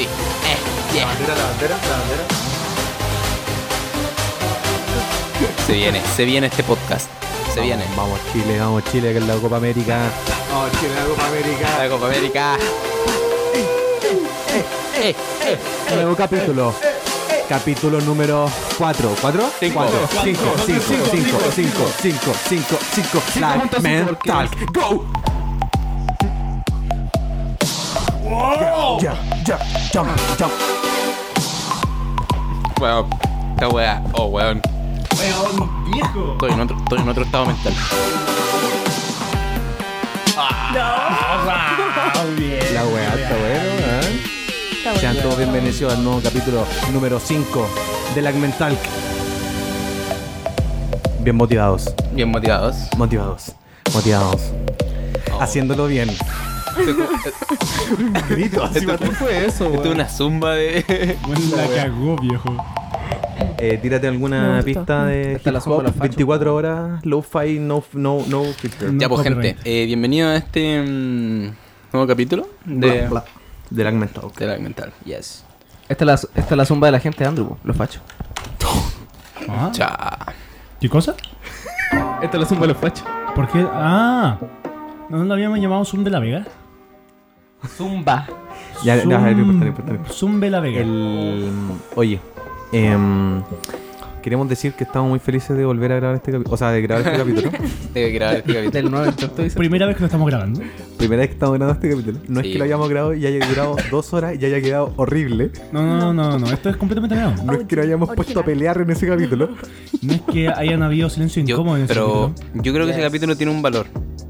Eh, Se viene, se viene este podcast. Se viene. Vamos Chile, vamos Chile, que es la Copa América. Vamos Chile, la Copa América. La Copa América. Eh, eh, Nuevo capítulo. Capítulo número 4. ¿4? Cinco. 5, 5, 5, 5, 5, 5, 5. Live Man Talk. Go. Ya, ya, jump, jump. Weón. Esta weá. Oh, weón. Weón, viejo. Estoy en otro, estoy en otro estado mental. bien. La weá está bueno, ¿eh? Sean todos bienvenidos al nuevo capítulo número 5 de Lagmen Talk. Bien motivados, Bien motivados. motivados, motivados. Oh. Haciéndolo bien. Grito, así ¿qué fue eso? Esto es una zumba de. Weón, la cagó, viejo. Eh, tírate alguna Me gustó. pista de Esta la hip subo hop, a la facho. 24 horas, lo-fi, no, no, no filter. ya, pues, gente. copyright. eh, bienvenido a este mm, nuevo capítulo de. Bla, bla. De Lagmen Talk. de la mental. Yes. Esta es la, esta es la zumba de la gente de Andrew, po, los fachos. Ah, Cha. ¿Qué cosa? Esta es la zumba de los fachos. ¿Por qué? Ah. ¿No lo habíamos llamado Zoom de la Vega? Zumba. Ya, ya, Zoom- ya, no importa, no importa, no importa. Zoom de la Vega. El, oye, em, queremos decir que estamos muy felices de volver a grabar este capítulo, o sea, de grabar este capítulo. Debe grabar este capítulo. Del 9 al 30 dice. Primera vez que lo estamos grabando. Primera vez que estamos grabando este capítulo. No Sí. es que lo hayamos grabado y haya durado dos horas y haya quedado horrible. No, no, no, no, no. Esto es completamente nuevo. No es que lo hayamos Original. puesto a pelear en ese capítulo. No es que hayan habido silencio Yo- incómodo en ese pero capítulo. yo creo que ese Yes. capítulo tiene un valor.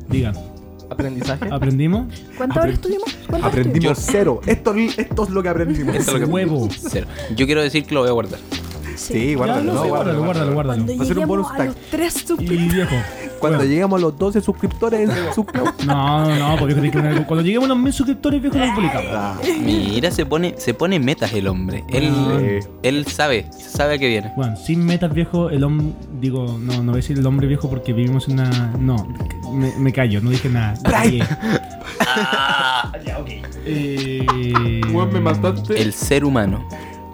Diga, Aprendizaje. ¿aprendimos? ¿Cuántas horas estuvimos? ¿Cuántas horas Aprendimos cero. Esto, esto es lo que aprendimos. Esto es lo que Huevo. Cero. Yo quiero decir que lo voy a guardar. estuvimos? Sí, Ya, guárdalo, no no, sé, guárdalo, guárdalo. guárdalo. Cuando Va a ser un lleguemos bonus a tag. los tres Y suscriptores. viejo. Cuando Bueno. lleguemos a los 12 suscriptores en SoundCloud. No, no, no, porque creí que una- cuando lleguemos a los mil suscriptores, viejo, lo publicamos. Ah, Mira, se pone, se pone metas el hombre. Él, Sí. él sabe, sabe a qué viene. Bueno, sin metas viejo, el hombre. Digo, no, no voy a decir el hombre viejo porque vivimos en una. No, me, me callo, no dije nada. Brian. Ah, Ya, ok. Eh, El ser humano.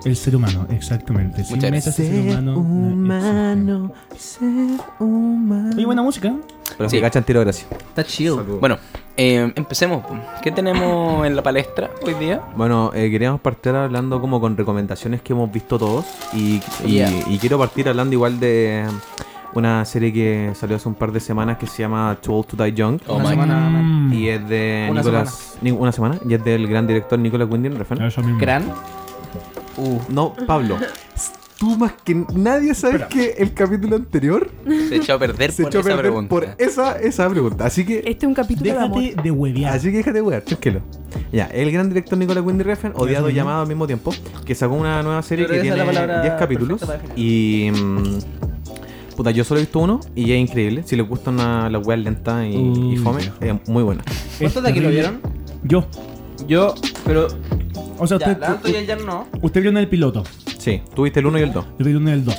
El ser humano, exactamente. Sin Muchas metas, el ser Ser humano. no humano, ser humano. existe. Oye, buena música. ¿eh? Pero Sí. sí. cachan tiro, gracias. Está chill. Bueno, eh, empecemos. po. ¿Qué tenemos en la palestra hoy día? Bueno, eh, queríamos partir hablando como con recomendaciones que hemos visto todos y, y- Yeah. y quiero partir hablando igual de una serie que salió hace un par de semanas que se llama Too Old to Die Young Oh Una my semana Mm. y es de Una Nicolas Ni- una semana y es del gran director Nicolas Winding Refn. Eso mismo. Gran. Uh. No, Pablo. Tú más que nadie sabes que el capítulo anterior Se echó a perder se por echó a esa perder pregunta. por esa, esa pregunta. Así que Este es un capítulo de amor. Déjate de huevear. Así que déjate wear, tranquilo. Ya, el gran director Nicolas Windy Refn, odiado y Ujú. llamado al mismo tiempo, que sacó una nueva serie Yo creo que que esa tiene es la palabra 10 capítulos. perfecta para Y. mm, puta, yo solo he visto uno y es increíble. Si les gustan la- las weas lentas y, Uy, y fome, viejo. es muy buena. Es ¿Cuántos de aquí lo terrible. vieron? Este, Yo. Yo, pero. O sea, Ya, usted, la Anto y el Jan no. usted vio en el piloto. Sí, tuviste el uno y el dos. Yo vi uno y el 2.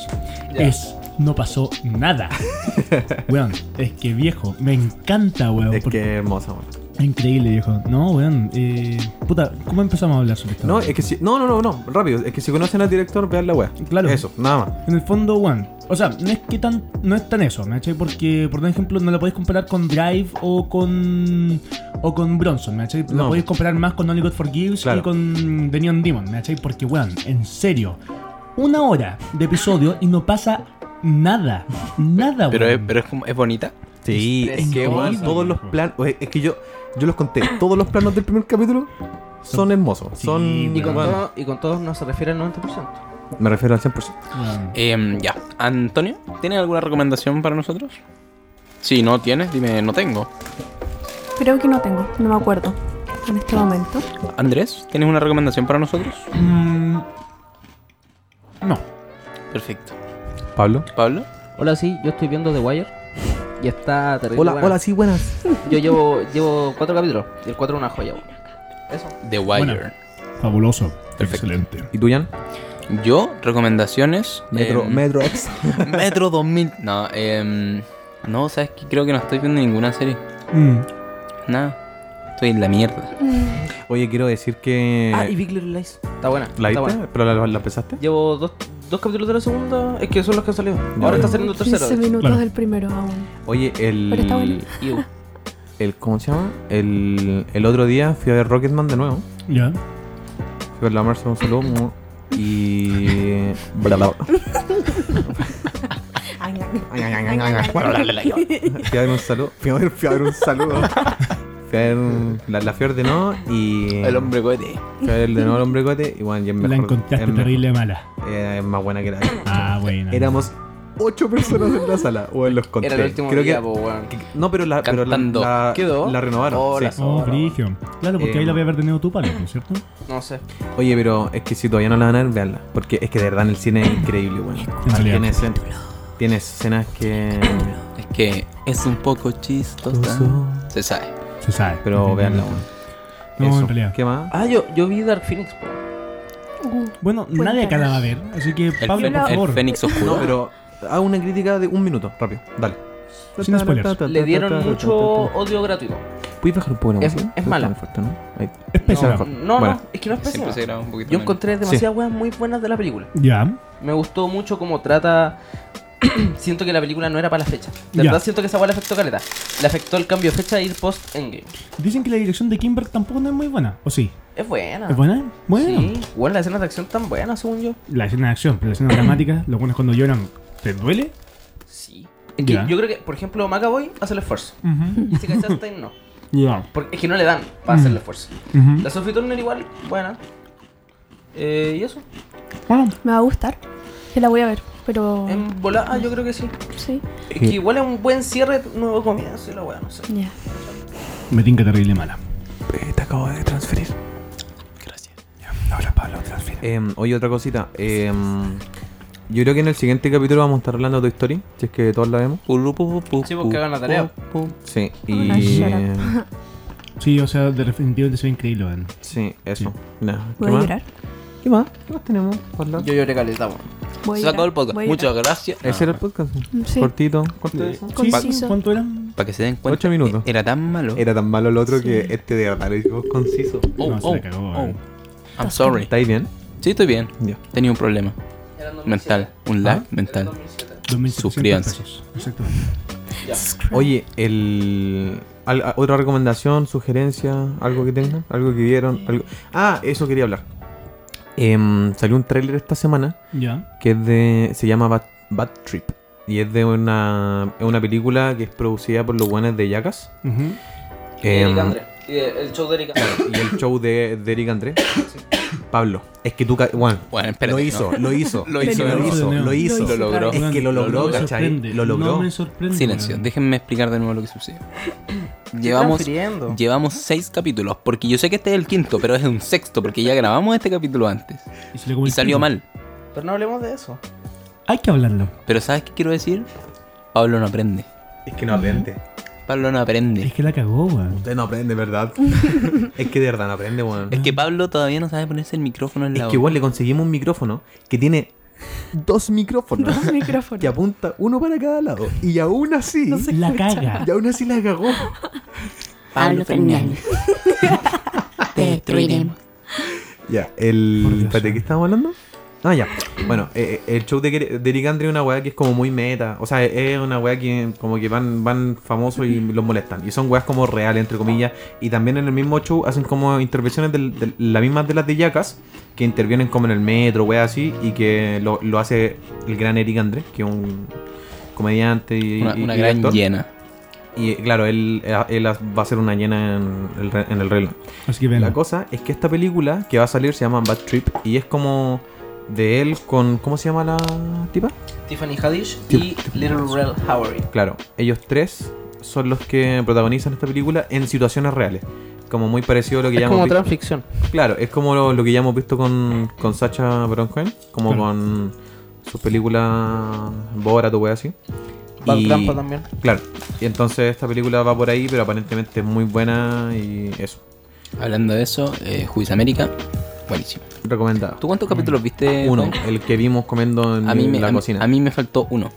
Ya. Es. No pasó nada. weón, es que viejo. Me encanta, weón. Es porque- que hermosa, weón. Increíble, viejo. No, weón. Eh, puta, ¿cómo empezamos a hablar sobre esto? No, es que si, no, no, no, no, rápido. Es que si conocen al director, vean la wea. Claro. Eso, nada más. En el fondo, weón. O sea, no es que tan. No es tan eso, ¿me cachai? Porque, por ejemplo, no la podéis comparar con Drive o con. O con Bronson, ¿me cachai? La No. podéis comparar más con Only God Forgives Claro. y con The Neon Demon, ¿me cachai? Porque, weón, en serio. Una hora de episodio y no pasa nada. Nada, weón. Pero, es, pero es, como- es bonita. Sí, Es es que hermosa, weón, todos los viejo. planos. Es que yo, yo los conté. Todos los planos del primer capítulo son hermosos. Sí, son. weón. Y con, weón, todo- y con todos no se refiere al 90%. Me refiero al 100%. Weón. Em, ya. Antonio, ¿tienes alguna recomendación para nosotros? Si no tienes, dime, no tengo. Creo que no tengo, no me acuerdo en este momento. Andrés, ¿tienes una recomendación para nosotros? Mm. No. Perfecto. Pablo. ¿Pablo? Hola, sí, yo estoy viendo The Wire. Y está terrible. Hola, buena. hola, sí, buenas. Yo llevo, llevo cuatro capítulos. Y el cuatro es una joya, weón. Eso. Eh, The Wire. Bueno. Fabuloso. Perfecto. Excelente. ¿Y tú, Em. Jan? Yo, recomendaciones. Metro, em, Metro X. Metro 2000. No, em, no, sabes que creo que no estoy viendo ninguna serie. Mm. Nada. Estoy en la mierda. Oye, quiero decir que. Ah, y Big Little Lies. Está buena. ¿La está viste? buena. ¿Pero la, la empezaste? Llevo dos, dos capítulos de la segunda es que son los que han salido. Ahora Ya. está saliendo el tercero. 15 de hecho. minutos Claro. del primero aún. Oye, el. Pero está bueno. Iu. el ¿Cómo se llama? El, el otro día fui a ver Rocketman de nuevo. Ya. Fui a ver la Marcia un saludo. mu- Y. Fui a ver un saludo. Fui a ver, fui a ver un saludo. Fui a ver un- la, la Fior de no y. El hombre cohete. Fui a ver el de no el hombre cohete. Y bueno, y es mejor. La encontraste es mejor. terrible mala. Eh, es más buena que la. Ah, bueno. Éramos ocho personas en la sala. O en los conté. Era el último Creo día, que. po, weón. que- No, pero la, pero la, Cantando. la, ¿Quedó? la renovaron. Oh, sí. la- Oh, brigio. Claro, porque Eh, ahí la voy a haber tenido tú para ¿no es cierto? No sé. Oye, pero es que si todavía no la van a ver, veanla. Porque es que de verdad en el cine es increíble, weón. realidad. Tiene, escen- tiene escenas que. Es que es un poco chistosa. Se sabe. Se sabe. Pero veanla, weón. No, Eso. en realidad. ¿Qué más? Ah, yo, yo vi Dark Phoenix, po. Uh, Bueno, nadie acá la va a ver, así que El, Pablo, fe- por el favor. Fénix Oscuro. No, pero hago una crítica de un minuto, rápido. Dale. Sin spoilers. Le dieron mucho odio gratuito. ¿Puedes bajar un poco la Es- música? es mala. Está muy fuerte, ¿no? Ahí. Es pesado. No, no, Bueno. no, es que no es pésima. Siempre se graba un poquito. Yo menos. encontré demasiadas weas muy buenas de la película. Ya. Me gustó mucho cómo trata. siento que la película no era para la fecha. De Ya. verdad siento que esa wea le afectó caleta. Le afectó el cambio de fecha y ir post endgame. Dicen que la dirección de Kimberg tampoco no es muy buena. ¿O sí? Es buena. ¿Es buena? Bueno. Sí. Bueno, las escenas de acción tan buenas, según yo. La escena de acción, pero la escena dramática, lo bueno es cuando lloran. ¿Te duele? Sí. Es que Ya. yo creo que, por ejemplo, Macaboy hace el esfuerzo. Y si Chastain no. Ya. Porque es que no le dan para hacer el Mm. esfuerzo. Ujú. La Sophie Turner igual, buena. Eh, y eso. Bueno, me va a gustar. Que la voy a ver, pero ¿Eh? En volada, yo creo que sí. sí. Es que igual es un buen cierre, nuevo comienzo y la wea, no sé. Ya. me tinca terrible mala. Te acabo de transferir. Gracias. Ahora Pablo, transfiere. oye, otra cosita. Em, yo creo que en el siguiente capítulo vamos a estar hablando de Toy Story. Si es que todos la vemos. Sí, porque hagan la tarea. Sí. Hola, Y. Sara. Sí, o sea, de- definitivamente se ve increíble, weón. Sí, eso. Nada. ¿Qué Voy a más? llorar. ¿Qué más? ¿Qué más tenemos? para hablar? Yo lloré caleta, weón. Voy a Se acabó llorar, el podcast. voy a Muchas llorar. gracias. Ese era el podcast. Sí. Cortito, corto Sí. eso. Sí, Conciso. ¿Cuánto eran? Para que se den cuenta. Ocho minutos. Era tan malo. Era tan malo el otro Sí. que este de verdad lo hicimos conciso. Oh, No, se oh, la cagó, oh. eh. I'm sorry. ¿Estáis bien? Sí, estoy bien. Ya. Tenía un problema mental. Un lag ¿Ah? mental. 2.700 Suscríbanse. pesos. Exactamente. Oye, el... al- a- ¿Otra recomendación, sugerencia, algo que tengan? ¿Algo que vieron? algo- Ah, eso quería hablar. Em, salió un tráiler esta semana Ya. que es de... Se llama Bad, Bad Trip. Y es de una... Es una película que es producida por los buenos de Yakas. Ujú. Em. El show de Eric y el show de, de Eric Andrés. Pablo, es que tú... ca- Bueno, Bueno, espérate. lo hizo, no. lo hizo. Lo hizo, lo lo hizo, hizo. lo hizo. Lo logró. Es que lo Weón, logró, no me ¿cachai? sorprende, Lo logró. No me sorprende. Silencio. weón. Déjenme explicar de nuevo lo que sucedió. Llevamos, llevamos seis capítulos. Porque yo sé que este es el quinto, pero es un sexto. Porque ya grabamos este capítulo antes. Y, se le come Y el salió culo. mal. Pero no hablemos de eso. Hay que hablarlo. Pero ¿sabes qué quiero decir? Pablo no aprende. Es que no aprende. Pablo no Es aprende. que la cagó, weón. Usted no aprende, ¿verdad? es que de verdad no aprende, weón. Es que Pablo todavía no sabe ponerse el micrófono en Es la que boca. igual le conseguimos un micrófono que tiene dos micrófonos Dos micrófonos. que apunta uno para cada lado. Y aún así, No se La escucha. caga. y aún así la cagó. Pablo Fernández. Te destruiremos. Ya, el. Por Dios. eh. Espérate, ¿qué estábamos hablando? Ah, ya. Bueno, eh, eh, el show de, Gere- de Eric Andre es una weá que es como muy meta. O sea, es una weá que como que van, van famosos y los molestan. Y son weas como reales, entre comillas. Y también en el mismo show hacen como intervenciones de, las mismas de las de Yacas, que intervienen como en el metro, weas así, y que lo, lo hace el gran Eric Andre, que es un comediante y, Una, y- una y gran actor. llena. Y eh, claro, él, él va a ser una llena en el, re- en el reloj. Así que ven. La cosa es que esta película que va a salir se llama Bad Trip y es como de él con. ¿Cómo se llama la tipa? Tiffany Haddish y Little Rel Howery. Claro, ellos tres son los que protagonizan esta película en situaciones reales. Como muy parecido a lo que ya Es hemos como visto. transficción. Claro, es como lo, lo que ya hemos visto con, con Sacha Baron Cohen, como Claro. con sus películas Borat o wey así. Val Y- Trampa también. Claro, y entonces esta película va por ahí, pero aparentemente es muy buena y eso. Hablando de eso, eh, Juiz América, buenísimo. Recomendada. ¿Tú cuántos capítulos viste? Mm. Ah, Uno, Juan? el que vimos comiendo en A mí, me, la a, mí- cocina. a mí me faltó uno.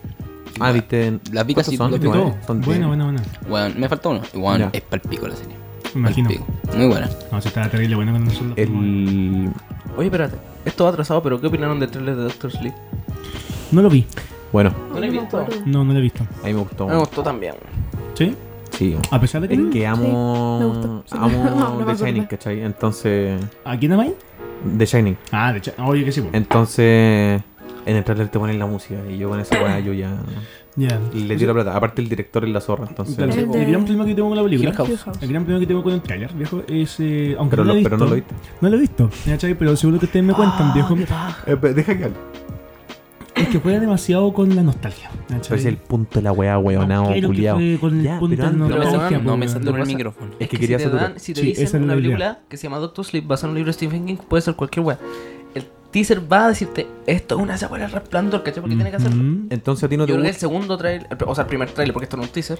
Ah, viste. Las vi ¿cuántos casi son? las De vi Nueve. todo. Son diez. Buena, buena, buena. Bueno, me faltó uno. Igual Ya. es palpico la serie. Me imagino. Palpico. Muy buena. No, se estaba terrible buena cuando nosotros la fuimos a ver. El. Oye, espérate. Esto va atrasado, pero ¿qué opinaron del trailer de Doctor Sleep? No lo vi. Bueno, ¿No lo he visto? No, no lo he visto. a mí me gustó. Me gustó también. ¿Sí? Sí. A pesar de que. Es que sí, me amo. gustó. Sí. No Amo me The acuerdo. Shining, ¿cachai? Entonces. ¿A quién amáis? The Shining. Ah, de hecho. Oye, que sí, po. Entonces. En el trailer te ponen la música y yo con esa weá yo ya Ya. le tiro la plata. Aparte el director es la zorra, entonces. Claro, El de- el gran problema que tengo con la película. Hill House. El gran problema que tengo con el trailer, viejo, es. eh, aunque Pero, no, lo- lo he pero no visto- lo viste. No lo he visto, ¿cachai? Pero seguro que ustedes me cuentan, viejo. Eh, deja que Es que juega demasiado con la nostalgia. Pero ese es el punto de la weá, weonado, Quiero que culiado. juegue con el Ya, punto pero de pues, antes- No me Pero, saturó weón, no me weón. saturó el pasa- micrófono. Es que quería si te, saturar. dan- si te Sí, esa dicen es la una idea. película que se llama Doctor Sleep basada en un libro de Stephen King, puede ser cualquier wea. El teaser va a decirte, esto es una secuela de resplandor, ¿cachai? Porque tiene que hacerlo. Mm. Entonces a ti no te Yo creo que gusta. el segundo trailer, o sea, el primer trailer, porque esto no es un teaser,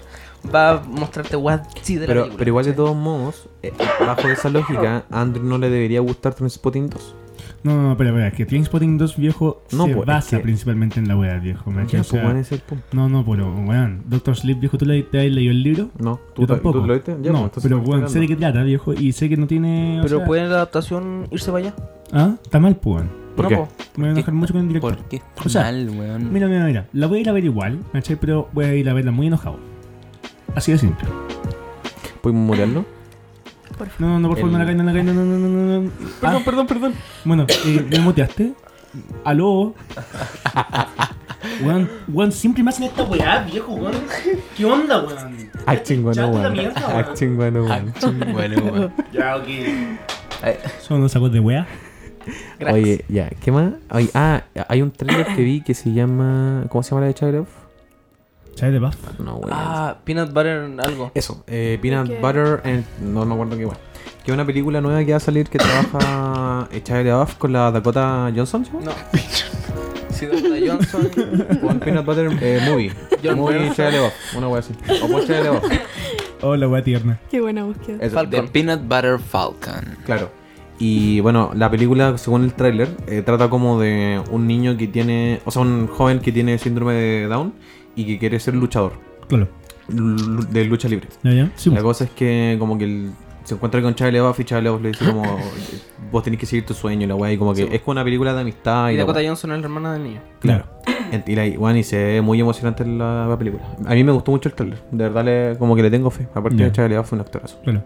va a mostrarte weas sí de la Pero, película. pero igual de ¿cachai? todos modos, eh, bajo esa lógica, a Andrew no le debería gustar Transpotting 2. No, no, no, espera, espera, es que Trainspotting 2 viejo No, se pues, es basa que- principalmente en la wea, viejo. ¿me Ya, cachai? O pues, sea, weón, ese es el punto. No, no, pero, weón, Doctor Sleep, viejo, ¿tú le, te has leído el libro? No, Yo tú, ta- tampoco. ¿tú lo viste. Ya, pues, no, entonces pero me estoy bueno, sé de qué hablando. trata, viejo, y sé que no tiene. o Pero sea, puede la adaptación irse para allá. Ah, está mal, pues. weón. ¿Por no, qué? po. Me voy a enojar mucho con el director. ¿Por qué está O sea, mal, weón? Mira, mira, mira, la voy a ir a ver igual, ¿cachai? Pero voy a ir a verla muy enojado. Así de simple. ¿Podemos mutearlo? No, no, no, por favor, El- no la caigan, no la caigan, no, no, no, no, no. Ah. Perdón, perdón, perdón. Bueno, eh, ¿me muteaste? ¿Aló? Weón, weón, siempre me hacen esta weá, viejo, weón. ¿Qué onda, weón? Acting Chato la 101. mierda, weón. Acting 101. bueno, weón. Ya, ok. Son unos sacos de weá. Gracias. Oye, ya, ¿qué más? Ay, ah, hay un trailer que vi que se llama. ¿Cómo se llama la de Child of? ¿Sabes de buff? No, weón. Ah, Peanut Butter algo. Eso, eh, Peanut ¿Qué? Butter and... No me acuerdo qué bueno. Que es una película nueva que va a salir que trabaja Shia LaBeouf con la Dakota Johnson, ¿sí? No. Sí, Dakota Johnson. Con Peanut Butter eh, Movie. John movie Wilson. Shia LaBeouf, una wea así. O por Shia LaBeouf. Oh, la weá tierna. Qué buena búsqueda. Eso, The Falcon. Peanut Butter Falcon. claro. Y bueno, la película, según el tráiler, eh, trata como de un niño que tiene... O sea, un joven que tiene síndrome de Down y que quiere ser luchador. Claro. lu- de lucha libre. ¿Ya, ya? Sí, pues. La cosa es que como que el- se encuentra con Charlie Buff y Charlie Buff le dice como vos tenés que seguir tu sueño y la weá y como que es como una película de amistad y, Y la Dakota weá. Johnson es la hermana del niño. claro. En- Y, la, y, bueno, y se ve muy emocionante la, la película. A mí me gustó mucho el trailer. De verdad le- como que le tengo fe. Aparte Ya. de Charlie Buff fue un actorazo. Claro.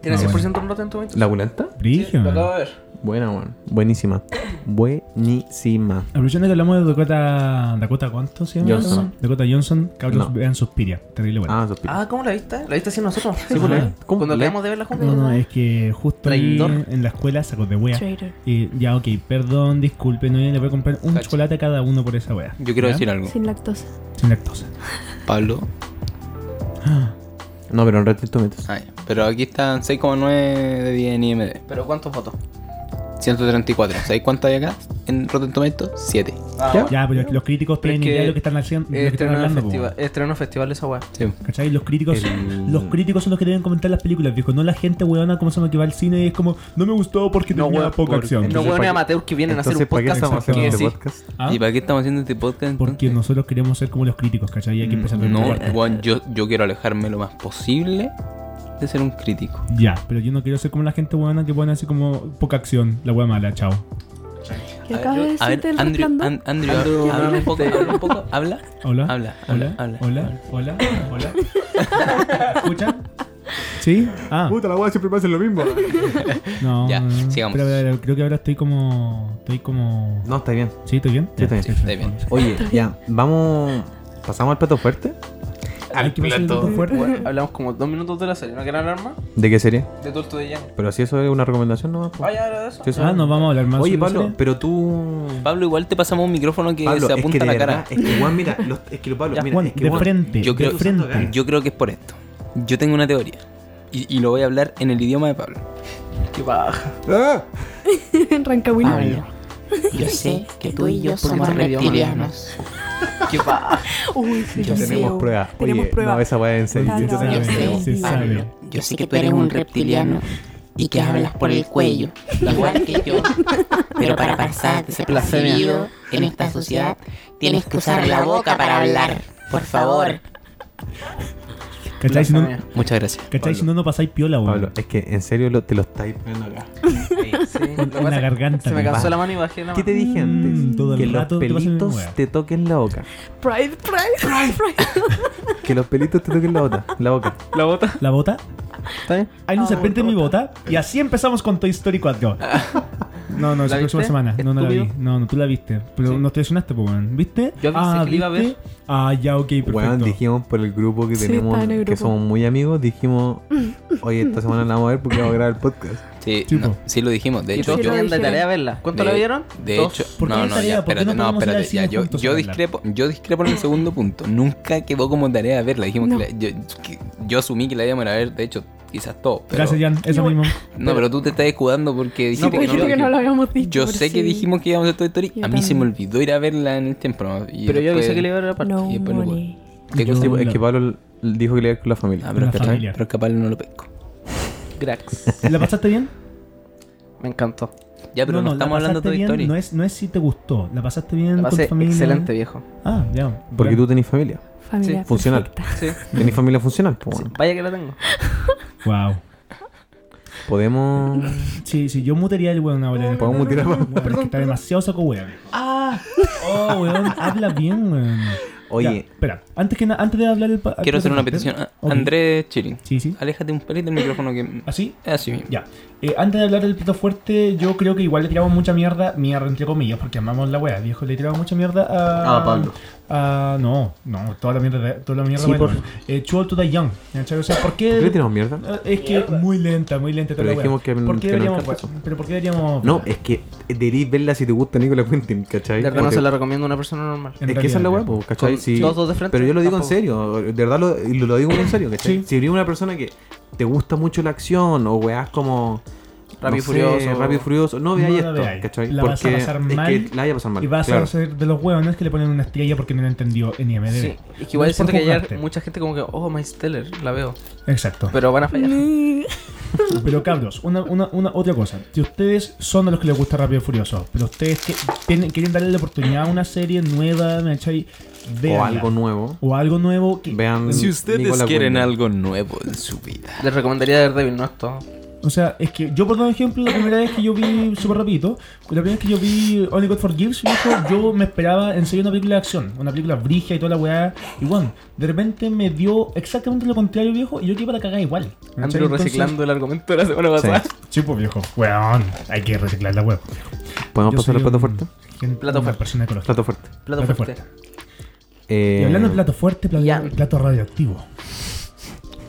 Tiene Ah, 100% un Rotten Tomatoes. ¿La bulanta? Sí, Brillo. lo acabo de ver. Buena, weón. Buenísima. Buenísima. Aprovechando que hablamos de Dakota. ¿Dakota cuánto se llama? Johnson. Dakota Johnson, cabros, No. vean Suspiria. Terrible buena. Ah, suspiro. Ah, ¿cómo la viste? ¿La viste así nosotros? Sí, pues, la- ¿cómo? Cuando La- acabamos de verla juntos. No, no, es que justo ahí Traidor. en la escuela sacos de wea. Traitor. Eh, ya, ok, perdón, disculpe, no le voy a comprar un Cacha. chocolate a cada uno por esa wea. Yo quiero ¿Ya? decir algo. Sin lactosa. Sin lactosa. Pablo. No, pero en Red Dead Tomatoes. Ay, Ah, pero aquí están 6,9 de 10 en IMD. Pero ¿cuántos votos? 134. ¿Sabéis cuánto hay acá? En Rotten Tomatoes, 7. Ah, ¿Ya? bueno. Ya, pero los críticos Pero es tienen idea que de lo que están haciendo. de lo que están Estreno en hablando, festival, po, estreno en festival esa wea. Sí. ¿Cachai? Los críticos, El- los críticos son los que deben comentar las películas, viejo. No la gente weona como se llama que va al cine y es como, no me gustó porque No, tenía weón, poca porque- acción. No Entonces, ¿para hueones qué- amateurs que vienen a hacer un Entonces, ¿para qué podcast. estamos haciendo porque este sí. podcast? ¿Ah? ¿Y para qué estamos haciendo este podcast? Porque entonces? nosotros queremos ser como los críticos, ¿cachai? Y hay que empezar por No, otra parte. weón, yo, yo quiero alejarme lo más posible de ser un crítico. Ya, pero yo no quiero ser como la gente weona que pone así como poca acción, la wea mala, chao. ¿Qué A ver, acabas de yo- a ver, decirte el Andrew, resplandor? An- Andrew, habla un poco, habla un poco, habla, habla, Hola. Hola, habla, habla. hola, hola, hola. ¿Escuchan? ¿Sí? Ah, la weá siempre me hacen lo mismo. no. Ya, no, no. sigamos. Pero, pero, creo que ahora estoy como. Estoy como. No, está bien. ¿Sí? ¿Estoy bien? Sí, estoy bien. Sí, estoy bien. Oye, ya, vamos. ¿Pasamos al plato fuerte? Al plato. Bueno, hablamos como dos minutos de la serie, ¿no quieren hablar más? ¿De qué serie? De Torto de Jan. Pero si eso es una recomendación, ¿no? Ah, ya era de eso. Si eso- Ah, nos vamos a hablar más. Oye, sobre Pablo, series? pero tú. Pablo, igual te pasamos un micrófono que Pablo, se apunta a de la cara. verdad, Es que, Juan, mira, los- es que lo Pablo, Ya, mira, Juan, es que de Juan- frente. yo creo- de frente. Yo creo que es por esto. Yo tengo una teoría. Y, y lo voy a hablar en el idioma de Pablo. Qué baja. ¡Ah! En Rancagüino. Ah, Pablo, yo sé que tú y yo somos Porque no reptilianos. Qué baja. Uy, sí, Yo lo tenemos sé. prueba. Tenemos Oye, prueba. No, esa weá es en Sí, serio. Claro. se sabe, Yo se sé, sabe. Yo sé que tú eres un reptiliano y que hablas por el cuello, igual que yo. Pero para pasar desapercibido en esta sociedad, tienes que usar la boca para hablar. Por favor. ¿Cachai? Si no, Blasfemia. Muchas gracias. ¿cachai? Pablo. Si no, no pasáis piola, weón. Pablo, es que en serio lo- te lo estáis poniendo acá. Sí, lo en que la pasa es que garganta, Se me me cansó va. la mano y bajé la ¿Qué mano. te dije antes? Mm, todo el que los rato te pasan pelitos weá. te toquen la boca. Pride, pride, pride, pride. Que los pelitos te toquen la boca. La boca. ¿La bota? La bota. ¿Está bien? Hay un serpiente en mi Ah, bota. Y así empezamos con Toy Story 4. No, no, es ¿La la próxima viste? semana. No, no la vi. Estúpido. No, no, tú la viste. Pero Sí. no te lesionaste, pues, weón. ¿Viste? Yo avisé que la iba a ver. Ah, ya, ok, perfecto. Weón, dijimos por el grupo que Sí, tenemos, estaba en el que grupo. somos muy amigos, dijimos, oye, esta semana la vamos a ver porque vamos a grabar el podcast. Sí, Tipo. no, sí lo dijimos. De Y hecho, todos sí yo. lo tenían de dijeron. tarea verla. ¿Cuánto de- la vieron? De Dos. hecho, ¿Por qué no, hay no, tarea? ya, ¿Por qué espérate, no no, podemos ir espérate, al ya, cine yo, juntos Mm. a yo verla? discrepo, yo discrepo en el segundo punto. Nunca quedó como tarea verla, dijimos No. que, la- yo, que- yo asumí que la íbamos a ver, de hecho, quizás todo. Pero, Gracias, Jan. Eso mismo. No, pero tú te estás escudando porque No, dijiste porque que no, dijiste que no lo dijimos. habíamos dicho. Yo pero sé que sí. dijimos que íbamos a Toy Story, Yo a mí se me también. olvidó ir a verla en el tiempo. ¿no? Y Pero yo después- avisé que le iba a ver la parte. No y después lo pude. money. ¿Qué cosa? Yo- es que Pablo dijo que le iba a ir con la familia. Ah, pero, Una es que- familia. Ah, pero es que Pablo no lo pesco. Grax. ¿La pasaste bien? Me encantó. Ya, pero no, la estamos hablando de pasaste Toy bien, Story. No es, no es si te gustó. La pasaste bien La con tu pasé familia. excelente, viejo. Ah, ya. Porque Ya. tú tenés familia. Familia Sí, funcional. perfecta. Sí. Tenés familia funcional. pues, bueno. Vaya que la tengo. Wow. Podemos. Sí, sí, yo mutearía el weón ahora. Podemos mutear a Pablo. Weón, es que está demasiado saco weón. ¡Ah! Oh, weón, habla bien, weón. Ya, Oye, espera, antes, que na- antes de hablar del. pa- Quiero antes hacer de- una petición. Ah, Ok. Andrés Chirin, Sí, sí. aléjate un pelito del micrófono que. Ah, ¿Así? Así mismo. Ya. Eh, antes de hablar del plato fuerte, yo creo que igual le tiramos mucha mierda, mierda entre comillas, porque amamos la wea, viejo. Le tiramos mucha mierda a. Ah, Pablo. a- no, no, toda la mierda. de- Toda la mierda Sí, bueno. por- Eh, Too Old to Die Young. ¿cachai? O sea, ¿por qué.? ¿por qué le tiramos mierda? Eh, Es que muy lenta, muy lenta toda Pero la wea. dijimos que- ¿Por que qué no deberíamos.? alcanzó. pero ¿por qué deberíamos.? No, es que deberías verla si te gusta Nicolas Quentin, ¿cachai? De verdad O no te- se la recomiendo a una persona normal. En Es que esa es la realidad. weá, pues, ¿cachai? Con Sí. dos, dos de frente, Pero yo lo digo tampoco. en serio, de verdad lo, y lo digo muy en serio, ¿cachai? Sí. Si eres una persona que te gusta mucho la acción o weás como. Rápido y sé, Furioso. Rápido y Furioso, no No veáis la esto, veáis. ¿cachai? La porque vas a pasar mal es que la vaya a pasar mal. Y vas claro. a ser de los hueones que le ponen una estrella porque no lo entendió en IMDb. Sí. Es que No igual es por siento que juzgarte. ayer mucha gente como que, oh, My Stellar, la veo. Exacto. Pero van a fallar. Mm. Pero cabros, una, una, una otra cosa. Si ustedes son de los que les gusta Rápido y Furioso, pero ustedes que, tienen- quieren darle la oportunidad a una serie nueva, ¿me cachai? o Véanla. algo nuevo. O algo nuevo que... Vean. Mm, Si ustedes Nicolas quieren Winding. algo nuevo en su vida. Les recomendaría Daredevil, no esto. O sea, es que yo, por dar un ejemplo, la primera vez que yo vi, súper rapidito, la primera vez que yo vi Only God Forgives, viejo, yo me esperaba en serio una película de acción, una película brigia y toda la weá. Y bueno, de repente me dio exactamente lo contrario, viejo, y yo quedé para cagar igual. ¿cachai? Andrew Entonces- reciclando el argumento de la semana pasada. Sí, pues viejo, weón, hay que reciclar la web. ¿Podemos pasar al plato fuerte? Plato Plato fuerte. fuerte. persona ecológica. Plato fuerte. Plato Plato fuerte. Eh, Y hablando de plato fuerte, plato, Ya. plato radioactivo.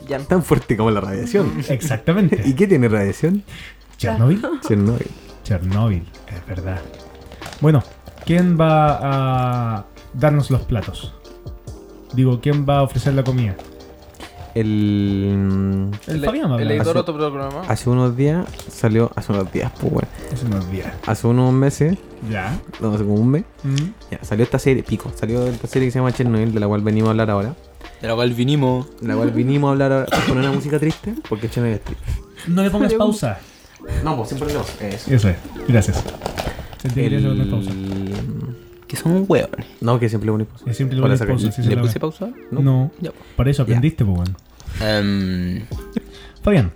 Ya no. Tan fuerte como la radiación. ¿Y Exactamente. qué tiene radiación? Chernobyl. Chernobyl. Chernobyl, es verdad. Bueno, ¿quién va a darnos los platos? Digo, ¿quién va a ofrecer la comida? El. El, El, Fabián va a el hablar. editor Hace- de otro programa. Hace unos días salió. Hace unos días, pues bueno. Hace unos días. Hace unos meses, Ya. no sé, como un mes. Mm. Ya, salió esta serie, pico, salió esta serie que se llama Chernobyl, de la cual venimos a hablar ahora. De la cual vinimos. De la cual vinimos a hablar ahora con una música triste, porque Chernobyl es triste. No le pongas pausa. No, pues siempre no. Eso. Eso es. Gracias. Sentí que le pones pausa. El... Que son hueones. No, que siempre le pones pausa. Es simple Hola, pones saca- pausa. sí, se ¿Le la puse ve. pausa? No. Ya. Para eso aprendiste, pues bueno. Em, Fabián.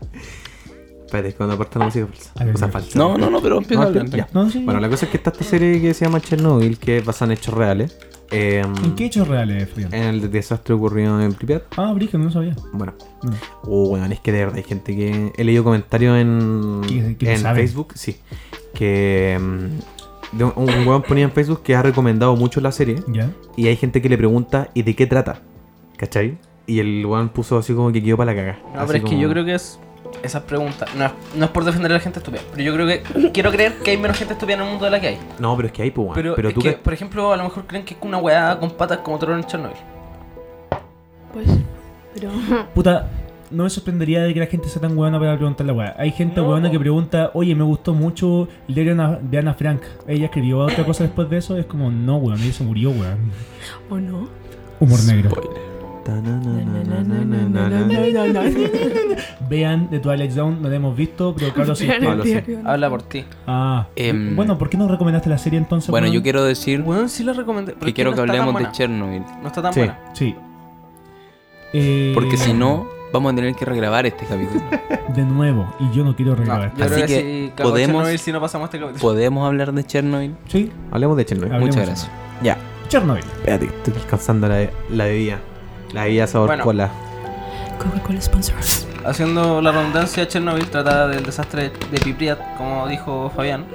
Espérate, cuando aparta la música falsa. A ver, o sea, ya. falsa. no, no, no, pero empieza No, a hablar. ya. No, sí. Bueno, la cosa es que está esta serie que se llama Chernobyl, que es basada en hechos reales. eh, ¿En qué hechos reales, Fabián? En el desastre ocurrido en Pripyat. Ah, Brígido, no lo sabía. Bueno. Mm. Oh, weón, es que de verdad hay gente que. He leído comentarios en, Que- que no en saben. Facebook, sí. Que. mm, de un, un weón ponía en Facebook que ha recomendado mucho la serie. Ya. Y hay gente que le pregunta, ¿y de qué trata? ¿Cachai? Y el weón puso así como que quedó para la caga. No, pero es que yo creo que es. Esas preguntas. No, es- no es por defender a la gente estúpida. Pero yo creo que. Quiero creer que hay menos gente estúpida en el mundo de la que hay. No, pero es que hay, pues, weón. Pero, Pero, es tú que, que- por ejemplo, a lo mejor creen que es una weá con patas como Toro en Chernobyl. Pues, pero. Puta, no me sorprendería de que la gente sea tan hueona para preguntar la weá. Hay gente No. hueona que pregunta, oye, me gustó mucho leer a de Ana Frank. Ella escribió otra cosa después de eso. Es como, no, weón, ella se murió, weón. ¿O no? Humor negro. Spoiler. Vean The Twilight Zone, no la hemos visto, pero claro, sí. Vean el Pablo, sí. diario, ¿no? Habla por ti. Ah, Em, bueno, ¿por qué no recomendaste la serie entonces? Bueno, weón? yo quiero decir Bueno, sí la recomendé. pero es que quiero no que está tan hablemos de buena. Chernobyl. No está tan Sí. buena. Sí. Eh, Porque si no, vamos a tener que regrabar este capítulo. De nuevo, y yo no quiero regrabar. yo Así creo que que, si cagó podemos- Chernobyl, si no pasamos este capítulo. ¿Podemos hablar de Chernobyl? Sí, Hablemos de Chernobyl. Hablemos Muchas de gracias. Ya. Chernobyl. Espérate, estoy descansando la, la bebida. La bebida sabor Bueno. cola. Coca-Cola sponsors. Haciendo la redundancia, Chernobyl trata del desastre de Pripyat, como dijo Fabián,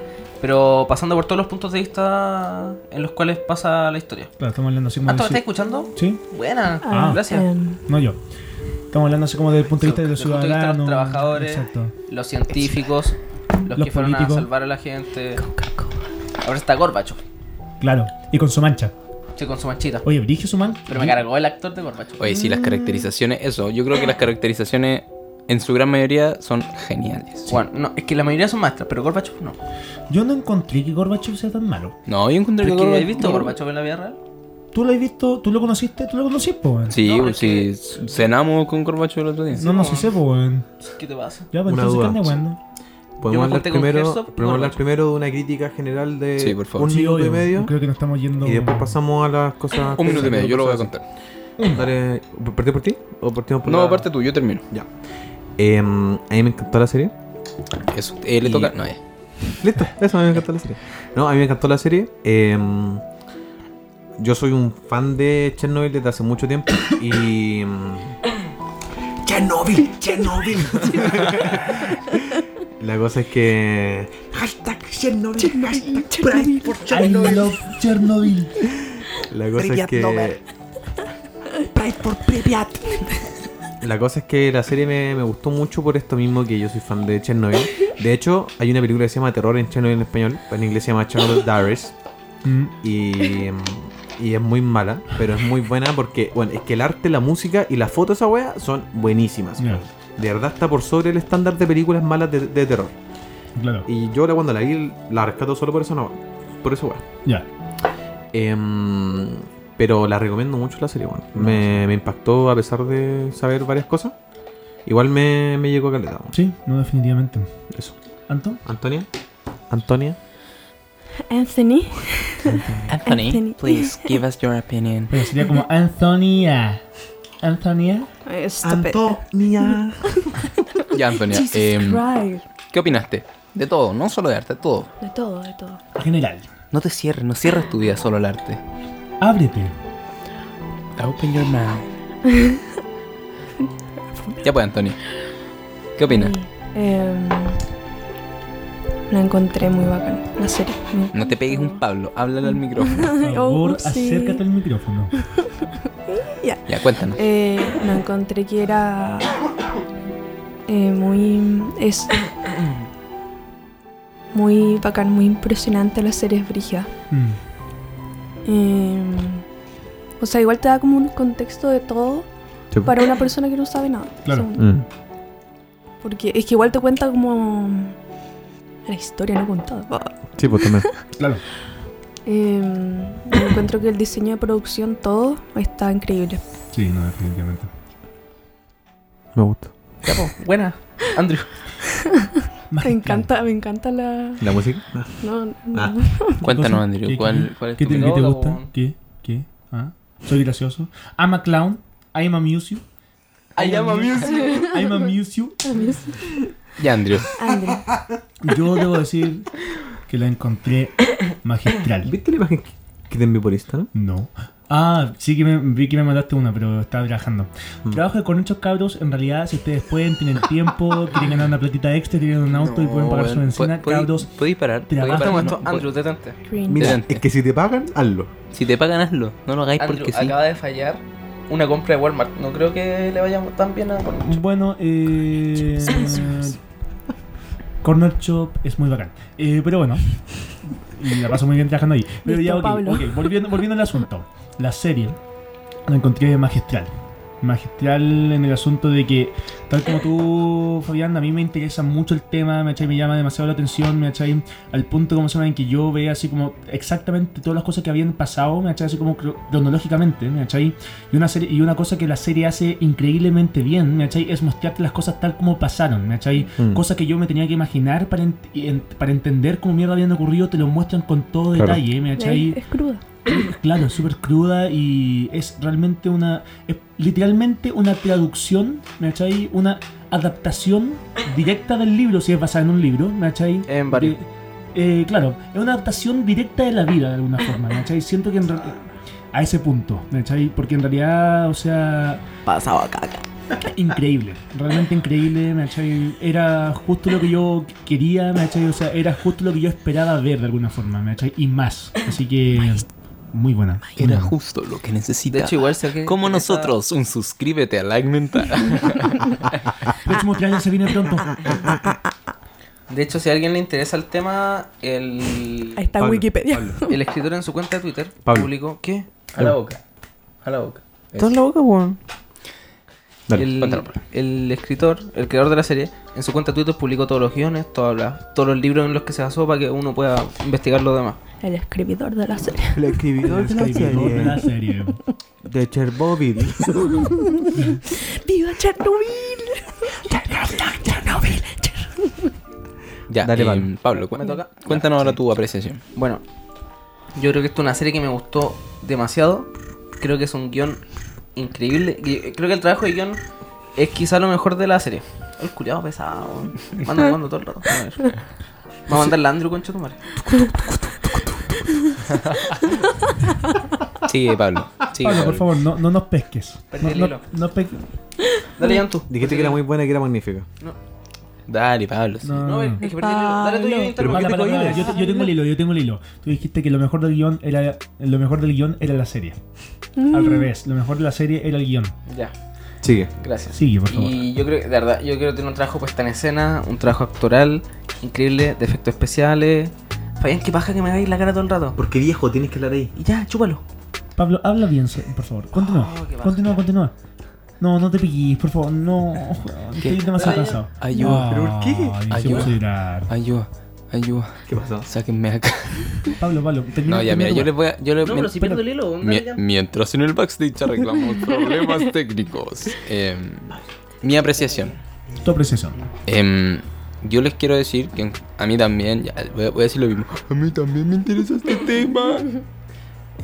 pero pasando por todos los puntos de vista en los cuales pasa la historia. Claro, estamos hablando así como ¿Ah, tú me del estás ci- escuchando? Sí, Buena, Ah. gracias. Em, no yo. Estamos hablando así como desde el punto de vista de los Desde el punto de vista de los ciudadanos. trabajadores. Exacto. Los científicos, los, Los que fueron políticos. a salvar a la gente. Coca-Cola. Ahora está Gorbachev, Claro, y con su mancha. sí, con su manchita. Oye, Brigio su mancha. Pero me cargó el actor de Gorbachev. Oye, sí, las caracterizaciones, eso, yo creo que las caracterizaciones en su gran mayoría son geniales. Bueno, no, es que la mayoría son maestras, pero Gorbachev no. Yo no encontré que Gorbachev sea tan malo. No, yo encontré Pero que es que, Gorbachev- ¿Has visto Gorbachev en la vida real? ¿Tú lo has visto? ¿Tú lo conociste? ¿Tú lo conociste, po, weón? Sí, pues, No, es sí, cenamos con Gorbachev el otro día. No, no sí sé, po, weón. ¿Qué te pasa? Ya, pues Una entonces, duda. ¿qué anda, weón? Yo me Podemos hablar, junté con primero, Herzog y podemos hablar Gorbachev. primero de una crítica general de Sí, por favor. un Sí, minuto y obvio. medio. Creo que nos estamos yendo. Y después pasamos a las cosas. Un minuto y medio, yo lo voy a cosas- contar. Dale, ¿Partí por ti? ¿O partimos por No, la- aparte tú, yo termino. Ya. Em, a mí me encantó la serie. Eso, eh, le Y- toca. No, eh. Listo, eso a mí me encantó la serie. No, a mí me encantó la serie. Eh, yo soy un fan de Chernobyl desde hace mucho tiempo y. em, ¡Chernobyl! ¡Chernobyl! la cosa es que. ¡Hashtag Chernobyl! ¡Hashtag Pride for I love Chernobyl. La cosa es que. Pride por Priviat. La cosa es que la serie me, me gustó mucho por esto mismo que yo soy fan de Chernobyl. De hecho, hay una película que se llama Terror en Chernobyl en español. En inglés se llama Chernobyl Diaries. Mm. Y, y es muy mala, pero es muy buena porque, bueno, es que el arte, la música y la foto de esa wea son buenísimas. Ya, De verdad está por sobre el estándar de películas malas de, de terror. Claro, Y yo ahora cuando la vi la rescato solo por eso no, por eso wea. ya. Em, pero la recomiendo mucho la serie, bueno. Me, me impactó a pesar de saber varias cosas. Igual me, me llegó a caleta, weón. Sí, no, definitivamente. Eso. ¿Anto? ¿Antonia? ¿Antonia? Anthony. Anthony, Anthony. please give us your opinion. Pero sería como Antonia. Antonia. Eh, stop it. ¡Antonia! Ya, Antonia, Jesus em, Christ. ¿qué opinaste? De todo, no solo de arte, de todo. De todo, de todo. General. No te cierres, no cierres tu vida solo al arte. Ábrete. Open your mouth. ya pues, Antonia. ¿Qué opinas? Sí, em, la encontré muy bacán, la serie. Me No te pegues un encantó. Pablo, háblale al micrófono. Por Ay, oh, favor, sí. acércate al micrófono. Ya, cuéntanos. Eh, no encontré que era eh, muy es muy bacán, muy impresionante la serie es brígida. Mm. Em, o sea, igual te da como un contexto de todo Sí. para una persona que no sabe nada. Claro. Según- Mm. porque es que igual te cuenta como la historia no contada. Sí, pues también. Claro. Em, yo encuentro que el diseño de producción todo está increíble. Sí, no, definitivamente. Me gusta. Ya, pues, buena. Andrew. Me Magistral. encanta, me encanta la. ¿La música? No, no. Ah. Cuéntanos, cosa? Andrew, ¿Qué- ¿cuál, cuál es ¿Qué tu te, opinión? qué te loca, gusta? weón? ¿Qué? ¿Qué? ¿Ah? Soy gracioso. I'm a clown. I'm a museo. I am a museo. I'm a museo. Ya, Andrew. Andrew. Yo debo decir que la encontré magistral. ¿Viste la imagen que- que te envié por Insta, no? No. Ah, sí que me, vi que me mandaste una, pero estaba trabajando. Mm. Trabajo con muchos cabros. En realidad, si ustedes pueden, tienen tiempo, quieren ganar una platita extra, tienen un auto y pueden pagar su ¿Puedes bencina, cabros. ¿Podéis parar? ¿Podéis Trabaja parar? Estamos No, esto. Andrew, detente. Green. Mira, Adelante. es que si te pagan, hazlo. Si te pagan, hazlo. No lo hagáis Andrew porque sí. acaba de fallar una compra de Walmart. No creo que le vaya tan bien a Walmart. Bueno, eh. Corner Shop es muy bacán. Eh, pero bueno, y la paso muy bien trabajando ahí. Pero Listo, ya, ok, Pablo. ok, volviendo, volviendo al asunto. La serie la encontré magistral. Magistral en el asunto de que, tal como tú, Fabián, a mí me interesa mucho el tema, me, achai, me llama demasiado la atención, me achai, al punto, como se llama, en que yo vea así como exactamente todas las cosas que habían pasado, me achai, así como cro- cronológicamente, me achai, y una, serie, y una cosa que la serie hace increíblemente bien, me achai, es mostrarte las cosas tal como pasaron, me achai, Mm. cosas que yo me tenía que imaginar para, ent- en- para entender cómo mierda habían ocurrido, te lo muestran con todo Claro. detalle, me achai. Es cruda. Claro, es súper cruda y es realmente una. Es literalmente una traducción, ¿me cachai? Una adaptación directa del libro, si es basada en un libro, ¿me cachai? En varios. De- eh, claro, es una adaptación directa de la vida de alguna forma, ¿me cachai? Siento que en re- a ese punto, ¿me cachai? Porque en realidad, o sea, Pasado a caca. increíble, realmente increíble, ¿me cachai? Era justo lo que yo quería, ¿me cachai? O sea, era justo lo que yo esperaba ver de alguna forma, ¿me cachai? Y más, así que muy buena. muy Era buena. justo lo que necesitaba. De hecho, igual sé que. Como esa- nosotros, un suscríbete a like mental. Próximo trailer se viene pronto. De hecho, si a alguien le interesa el tema, el, Ahí está Pablo, Wikipedia. Pablo. el escritor en su cuenta de Twitter Pablo. publicó. ¿Qué? A la boca. A la boca. Todo en la boca, weón. Dale. el, Cuéntalo, el escritor, el creador de la serie, en su cuenta de Twitter publicó todos los guiones, todas las- todos los libros en los que se basó para que uno pueda investigar lo demás. El escribidor de la serie. El escribidor de la Escribidor de la serie serie. de Chernobyl. ¡Viva Chernobyl! Ya, Dale, eh, Pablo. Pablo, cu- ¿Me toca? cuéntanos ahora tu apreciación. Bueno, yo creo que esta es una serie que me gustó demasiado. Creo que es un guión increíble. Y eh, Creo que el trabajo de guión es quizá lo mejor de la serie. El culiado pesado. Manda mando todo el rato. A ver. Vamos a mandarle a Andrew con Chetumare. Sigue, Pablo. Sigue, Pablo, Pablo. por favor, no, no nos pesques. Perdí el No, no, hilo. no pe- Dale, Jan, tú. Dijiste que era muy buena y que era magnífica. Dale, Pablo. sí. no, No, es no. que perdí el hilo. Dale tú, yo Pablo. interrumpo. Para, te para, para, cohibes? yo, te- yo tengo el hilo, yo tengo el hilo. Tú dijiste que lo mejor del guión era lo mejor del guión era la serie. Al revés, lo mejor de la serie era el guión. Ya, Sigue. gracias. Sigue, por favor. Y yo creo que, de verdad, yo creo que tiene un trabajo puesta en escena, un trabajo actoral increíble, de efectos especiales. Fabián, qué paja que me hagáis la cara todo el rato. Porque viejo, tienes que hablar ahí. Y ya, chúpalo. Pablo, habla bien, se- por favor. Continúa. Oh, qué baja. continúa, continúa. No, no te pillís, por favor. No, weón, estoy demasiado cansado. Ayuda. ¿Pero por qué? Ay, se Ayuda. puso a llorar. Ayuda, ayuda. ¿Qué pasó? Sáquenme acá. Pablo, Pablo, termina. No, ya, mira, termina tu yo les voy a. Yo les- No, mi- pero si pierdo el hilo, mi- dale, Jan. mientras en el backstage arreglamos problemas técnicos. Eh, mi apreciación. Tu apreciación. Em, yo les quiero decir que a mí también, ya, voy, a, voy a decir lo mismo, a mí también me interesa este tema.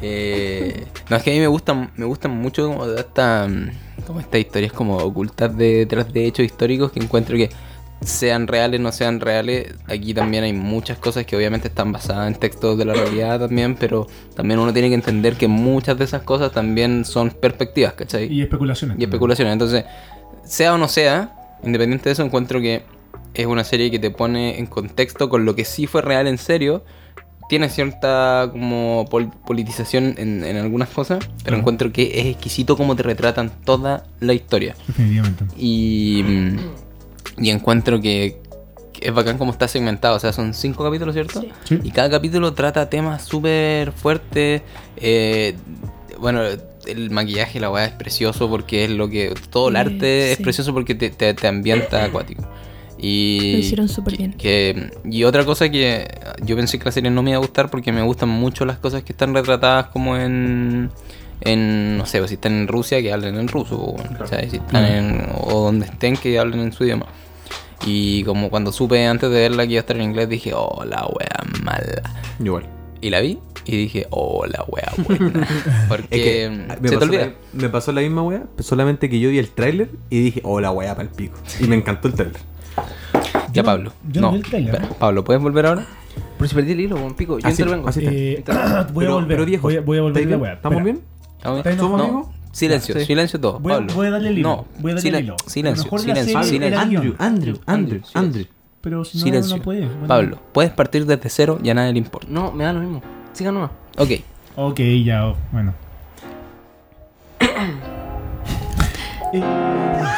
Eh, no, es que a mí me gustan, me gustan mucho como de esta, mm, como estas historias como ocultas de- detrás de hechos históricos que encuentro que sean reales, no sean reales, aquí también hay muchas cosas que obviamente están basadas en textos de la realidad también, pero también uno tiene que entender que muchas de esas cosas también son perspectivas, ¿cachai? Y especulaciones. y especulaciones. Entonces, sea o no sea, independiente de eso, encuentro que es una serie que te pone en contexto con lo que sí fue real en serio. Tiene cierta como pol- politización en, en algunas cosas, pero Claro. encuentro que es exquisito cómo te retratan toda la historia. Definitivamente. Y, mm, y encuentro que que es bacán cómo está segmentado. O sea, son cinco capítulos, ¿cierto? Sí. Y cada capítulo trata temas súper fuertes. eh, bueno, el maquillaje, la weá, es precioso porque es lo que. Todo el Eh, arte es sí. precioso porque te, te- te ambienta acuático. Y Lo hicieron súper bien. que- y otra cosa que yo pensé que la serie no me iba a gustar porque me gustan mucho las cosas que están retratadas como en. En, no sé, o si están en Rusia, que hablen en ruso, o, o sea, si están en, o donde estén, que hablen en su idioma. Y como cuando supe antes de verla que iba a estar en inglés, dije, oh, la wea mala. Igual. Y la vi y dije, oh, la wea buena. Es Porque que mm, Ah, me, se te pasó olvida. la, me pasó la misma weá, solamente que yo vi el tráiler y dije, oh la weá pa'l pico. Y me encantó el tráiler. Ya, no- Pablo. yo no no, vi el tráiler. espera. Pablo, ¿puedes volver ahora? Pero si perdí el hilo, un pico. Yo Así- intervengo. así está. Eh, voy a Pero- volver. pero viejo, voy, a, voy a volver ¿estáis la bien? weá. ¿Estamos Espera. bien? ¿Aún- ¿Estáis ¿Somos enojado? amigos? Silencio, Sí. silencio todo, Voy a- Pablo. voy a darle el hilo, No, voy a darle el silen- hilo. silencio, Lo mejor de la silencio, serie silencio. era- Andrew, guión. Andrew, Andrew, silencio. Andrew. Pero si no, silencio. no puede. bueno. Pablo, puedes partir desde cero y a nadie le importa. No, me da lo mismo. Sigan nomás. Ok, Ok, ya, oh, bueno. Eh,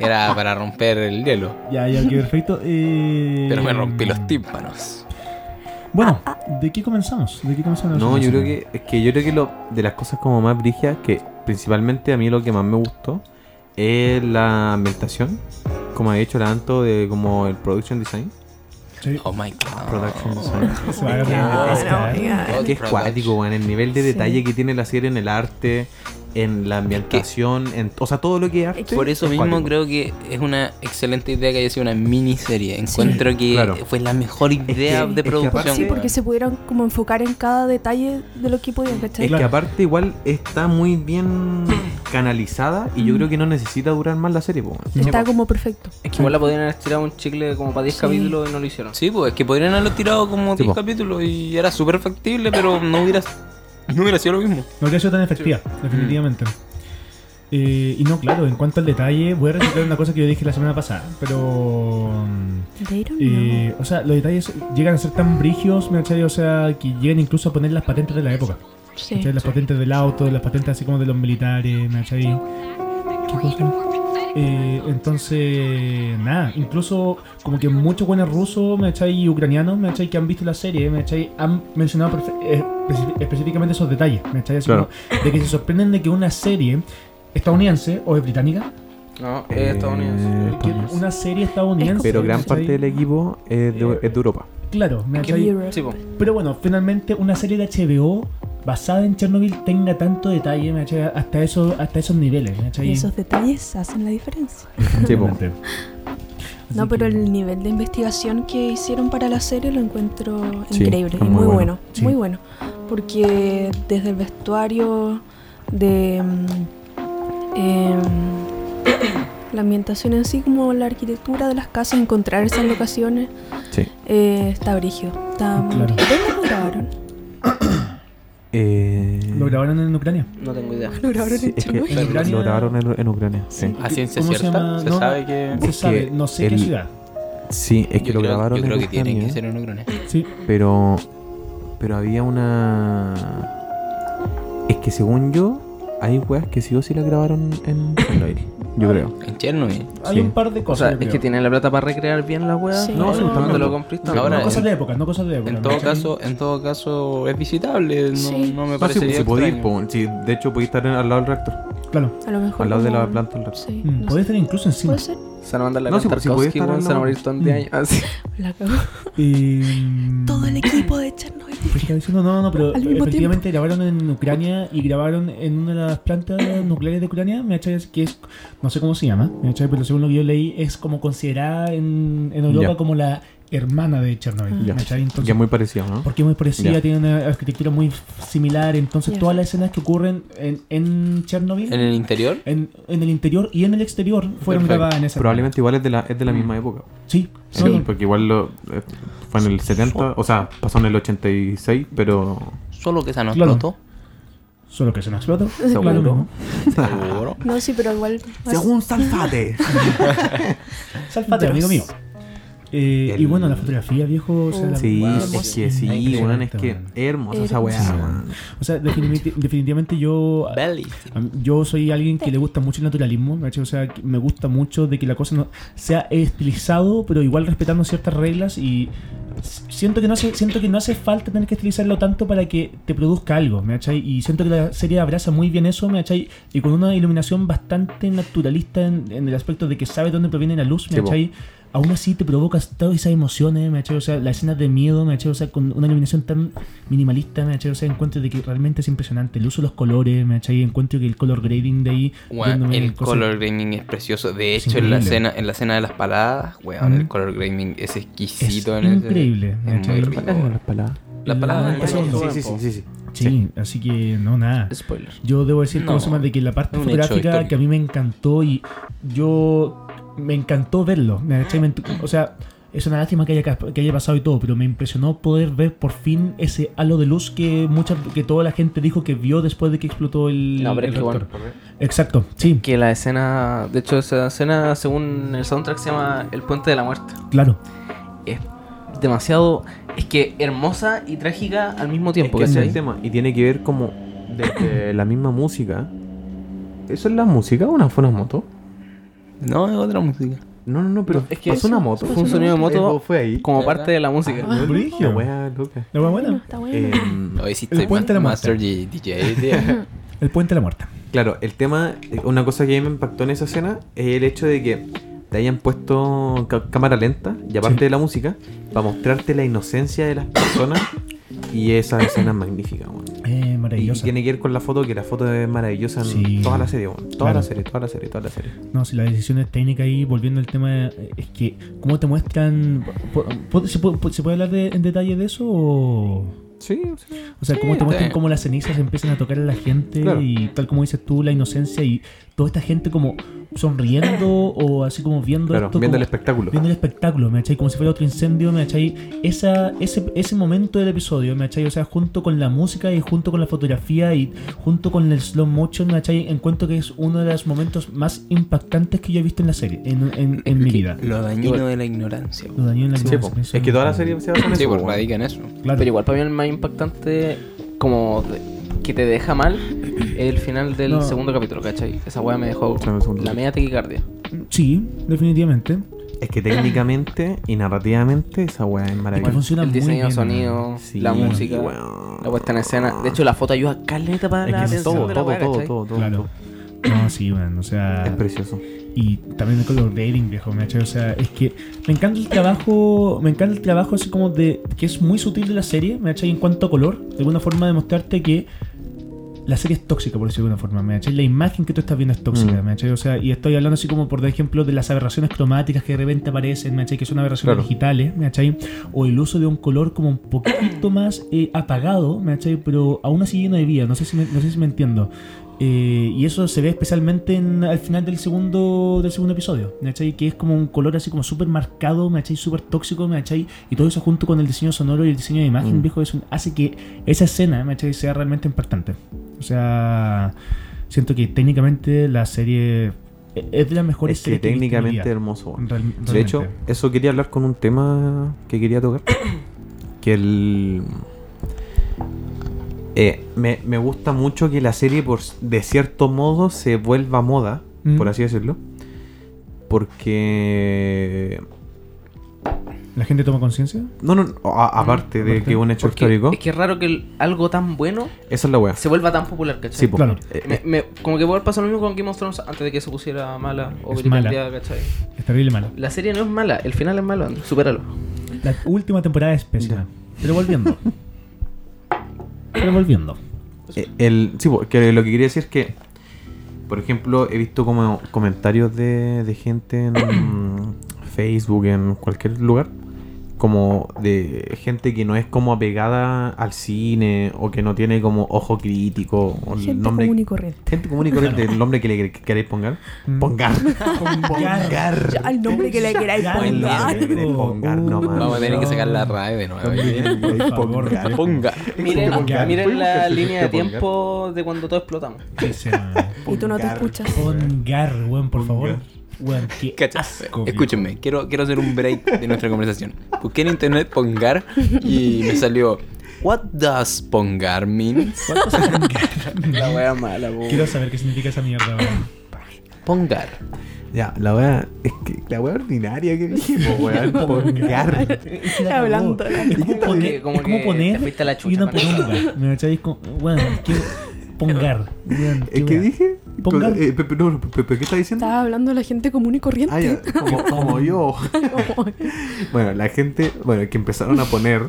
era para romper el hielo, ya, ya, ok, perfecto. Eh, pero me rompí los tímpanos. Bueno, ¿de qué comenzamos? ¿De qué comenzamos? No, yo creo que es que yo creo que lo de las cosas como más brigias que principalmente a mí lo que más me gustó es la ambientación, como ha dicho la Anto de como el production design, Sí. Oh my god. production design. Vale, Claro, vale, vale. oiga. Que es cuático, weón, el nivel de Sí. detalle que tiene la serie en el arte, en la ambientación, en, o sea, todo lo que hace. Por eso es mismo cuático. creo que es una excelente idea que haya sido una miniserie. Encuentro que claro. fue la mejor idea que- es de que producción. aparte- Sí, weón. porque se pudieron como enfocar en cada detalle de lo que podían, ¿cachai? Es que aparte igual está muy bien canalizada y Mm. yo creo que no necesita durar más la serie. po, weón. Está como perfecto. Es que igual la podían haber tirado un chicle como para 10 capítulos y no lo hicieron. Sí, pues es que podrían haberlo tirado como Sí, 10 po. capítulos y era súper factible, pero no hubiera, no hubiera sido lo mismo. No te ha sido tan efectiva, Mm. definitivamente. Eh, y no, claro, en cuanto al detalle, voy a reciclar una cosa que yo dije la semana pasada, pero... mm, They don't know. eh, o sea, los detalles llegan a ser tan brigios, ¿me cachai? O sea, que llegan incluso a poner las patentes de la época. Sí. ¿Cachai? Las patentes del auto, las patentes así como de los militares, ¿me cachai? ¿Qué cosa? Eh, entonces, nada, incluso como que muchos buenos rusos, ¿me cachai? Y ucranianos, ¿me cachai? Que han visto la serie, ¿me cachai? Han mencionado perfe- eh, especi- específicamente esos detalles, ¿me cachai? Así Claro. como de que se sorprenden de que una serie estadounidense o es británica, No, Eh, es estadounidense. que estadounidense. una serie estadounidense. Pero gran ¿me cachai? parte del equipo es de, es de Europa. Claro, ¿me cachai? Europe. Sí, pues. Pero bueno, finalmente una serie de HBO basada en Chernobyl tenga tanto detalle, me cachai, hasta, eso, hasta esos niveles. me cachai. Y esos detalles hacen la Sí, diferencia. po. Definitivamente. Así No, pero que- el nivel de investigación que hicieron para la serie lo encuentro Sí, increíble. es y muy muy, bueno, bueno, sí. muy bueno. Porque desde el vestuario, de mm, em, la ambientación en sí, como la arquitectura de las casas, encontrar esas locaciones, Sí. eh, está brígido. Está muy Claro. brígido. ¿Dónde lo grabaron? Eh, Lo grabaron en Ucrania. No tengo idea. Lo grabaron sí, en es que Chernobyl. ¿En Ucrania? lo grabaron en, en Ucrania. Sí. A ciencia ¿Cómo se cierta, llama? se, No, sabe que. Se Es sabe, que no sé qué el- ciudad. Sí, es que yo lo creo, grabaron yo creo en ¿eh? que tienen Ucrania, que ser en Ucrania. Sí, Pero. Pero había una. Es que según yo, hay weas que sí o sí la grabaron en Chernobyl. Yo creo. En Chernobyl. hay Sí. un par de O sea, cosas. yo es que creo. tienen la plata para recrear bien la wea. Sí. No, No, si sí, no te también. lo compriste. Sí. Ahora No Ahora, cosas en- de época, no cosas de época. En ¿me todo cachai? caso, en todo caso es visitable, no, Sí. no me No, sí, pues, parece si podía ir, po, sí, de hecho podía estar en- al lado del reactor. Claro. A lo mejor. Al lado de la como- planta del reactor. Sí, Mm, no Podría sé. estar incluso encima. Puede ser. Se van a mandar la No, si- carta si a podía Tarkovsky, estar weón, al se van a lado. morir todos en 10 años. Ah, sí. La cagó. Y- Todo el equipo de Chernobyl. Pero estaba Pues diciendo, no, no, pero Al mismo efectivamente grabaron en Ucrania y grabaron en una de las plantas nucleares de Ucrania, me cachai? que es, no sé cómo se llama, me cachai? pero según lo que yo leí, es como considerada en, en Europa Ya. como la hermana de Chernobyl. Ah. Ya. me cachai? Entonces, Que es muy parecido, ¿no? porque es muy parecida, Ya. tiene una arquitectura muy similar, entonces Ya. todas las escenas que ocurren en, en Chernobyl, En el interior, en, en el interior y en el exterior, fueron Perfecto. grabadas en esa. Mm. Probablemente igual es de la, es de la misma época. Sí, Sí, no, no, porque igual lo, eh, fue en el 70, o sea, pasó en el 86, pero... solo que esa no Claro. explotó. solo que se nos explotó. Seguro. Claro, mismo. Ah. Seguro. No, sí, pero igual. Salfate. Salfate, amigo mío. Eh, El- Y bueno, la fotografía, viejo. O sea, la- Sí, Wow. es que sí, Impresionante, weón, es que weón. hermosa esa weá, Hermosa. weón. O sea, definiti- definitivamente yo. Belly. a mí- Yo soy alguien que le gusta mucho el naturalismo, ¿cachai? o sea, que me gusta mucho de que la cosa no sea estilizado, pero igual respetando ciertas reglas y s- siento que no hace, siento que no hace falta tener que estilizarlo tanto para que te produzca algo, ¿me cachai? Y siento que la serie abraza muy bien eso, ¿me cachai? Y con una iluminación bastante naturalista en, en el aspecto de que sabe dónde proviene la luz, ¿me Sí, po. cachai? Aún así te provocas todas esas emociones, ¿me cachai? O sea, la escena de miedo, ¿me cachai? O sea, con una iluminación tan minimalista, ¿me cachai? O sea, encuentro de que realmente es impresionante. El uso de los colores, ¿me cachai? Encuentro que el color grading de ahí... Weón, viéndome el cosas- color grading es precioso. De hecho, en la increíble. escena, en la escena de las paladas, weón, el Mm. color grading es Es exquisito en ese- increíble, ¿me Es muy cachai? rico. weón. Las paladas. La- Eso weón. es Sí, sí, sí, sí, sí. Sí, así que no, nada. Spoiler. Yo debo decir, No, como se llama, de que la parte es un hecho fotográfica histórico. que a mí me encantó y yo me encantó verlo. me agachai, me entu- O sea, es una lástima que haya, cas- que haya pasado y todo, pero me impresionó poder ver por fin ese halo de luz que mucha, que toda la gente dijo que vio después de que explotó el, No, pero el es que bueno. reactor. Exacto, sí, Que la escena. De hecho, esa escena, según el soundtrack, se llama El Puente de la Muerte. claro. Es demasiado. Es que hermosa y trágica al mismo tiempo, Es que ese es ¿cachai? el tema, y tiene que ver como desde la misma música. ¿Eso es la música o una, fue una moto? No, es otra música. No, no, no, pero No, es que pasó una moto. fue un sonido de moto. Eh, Fue ahí. Como ¿De verdad? parte de la música. La Brigio. weá, loca. La hueá Bueno, buena. está bueno. Em, Hoy sí El estoy puente de la este Master muerte. G- DJ. tío. El puente de la muerte. Claro, el tema, eh, una cosa que a mí me impactó en esa escena es el hecho de que te hayan puesto ca- cámara lenta, y aparte Sí. de la música, para mostrarte la inocencia de las personas. Y esa escena es magnífica, weón. Eh, Y, maravillosa. tiene que ver con la foto, que la foto es maravillosa en Sí. toda la serie, weón. Toda Claro. la serie, toda la serie, toda la serie. No, si las decisiones técnicas ahí, volviendo al tema, eh, es que, ¿cómo te muestran? po- po- ¿Se puede, se puede hablar de- en detalle de eso o.? Sí, sí. O sea, Sí, cómo te está muestran bien. cómo las cenizas empiezan a tocar a la gente Claro. y tal como dices tú, la inocencia y toda esta gente como sonriendo o así como viendo Claro, esto. viendo el como- espectáculo. Viendo el espectáculo, ¿me achai? Como si fuera otro incendio, ¿me achai? Esa, ese, ese momento del episodio, ¿me achai? O sea, junto con la música y junto con la fotografía y junto con el slow motion, ¿me achai? Encuentro que es uno de los momentos más impactantes que yo he visto en la serie, en, en, en mi vida. Lo dañino de la ignorancia. Lo dañó en la Sí, po. ignorancia, eso Es que toda la serie se basa en Sí, eso, pues weón. radica en eso. Claro. Pero igual para mí el más impactante, como de- que te deja mal, es el final del No. segundo capítulo, ¿cachai? Esa weá me dejó Claro, el segundo la media taquicardia. Sí, definitivamente. Es que técnicamente y narrativamente esa weá es Y que maravillosa. funciona el muy diseño, bien. de sonido, Sí, la música, weón. la puesta en escena. De hecho, la foto ayuda caleta para la Es que atención es todo, de la todo, weá, todo, ¿cachai? todo, todo, Claro. todo. No, sí, bueno, o sea... Es precioso. y también el color grading viejo me o sea es que me encanta el trabajo me encanta el trabajo así como de que es muy sutil de la serie me en cuanto a color de alguna forma de mostrarte que la serie es tóxica por decirlo de alguna forma me la imagen que tú estás viendo es tóxica Mm. me o sea y estoy hablando así como por ejemplo de las aberraciones cromáticas que de repente aparecen me que son aberraciones Claro. digitales me o el uso de un color como un poquito más eh, apagado me pero aún así lleno de vida no sé si me- no sé si me entiendo eh, y eso se ve especialmente en- al final del segundo del segundo episodio, ¿cachai? Que es como un color así como súper marcado, me ¿cachai? Súper tóxico, me ¿cachai? Y todo eso junto con el diseño sonoro y el diseño de imagen, Mm. viejo, eso hace que esa escena, me ¿cachai? Sea realmente impactante. O sea, siento que técnicamente la serie e- es de las mejores Es que he visto en mi vida. técnicamente hermoso. weón. Real- De hecho, realmente. eso quería hablar con un tema que quería tocar. que el. Eh, me, me gusta mucho que la serie, por, de cierto modo, se vuelva moda, Mm. por así decirlo. Porque. ¿La gente toma conciencia? No, no, a- aparte de que es un hecho Porque histórico, Es que es raro que el- algo tan bueno esa es la wea. se vuelva tan popular, ¿cachai? Sí, po. Claro. Eh, eh, Me- me- como que pasar lo mismo con Game of Thrones antes de que se pusiera mala o Es vilipendiada, ¿cachai? Es terrible mala. La serie no es mala, el final es malo, Andrew, supéralo. La última temporada es pésima. Pero volviendo. pero volviendo. Eh, El, sí, porque lo que quería decir es que, por ejemplo, he visto como comentarios de, de gente en Facebook, en cualquier lugar, como de gente que no es como apegada al cine o que no tiene como ojo crítico o el Gente nombre. común y corriente. Gente común y corriente, el nombre que le que queréis pongar. Mm. Pongar. Ya, Pongar. el nombre que le queráis Ya, El nombre poner. que queréis pongar, no Ah, más. Vamos a tener que sacar la radio de nuevo. ¿eh? Por favor, Ponga. Ponga. Miren, Pongar. miren la línea de Pongar. tiempo de cuando todos explotamos. Y tú no te escuchas. Pongar, weón, por favor. Weón, qué Cachas. asco. eh, Escúchenme, quiero, quiero hacer un break de nuestra conversación. Busqué en internet Pongar y me salió. What does Pongar mean? La wea mala, po. Quiero saber qué significa esa mierda, weón. Pongar. Ya, la wea. Es que la wea ordinaria que dijimos, weón. Pongar. Hablando. Es como Como poner, que- como es como que poner te fuiste a la chucha y una con eso. poronga. Me echáis con. Weón, qué. Pongar. Weón, ¿Eh, ¿Qué weón. dije? Ponga- Eh, Pepe, no, no, Pepe, ¿qué está diciendo? Estaba hablando de la gente común y corriente. Ah, ya, como, como yo. bueno, la gente, bueno, que empezaron a poner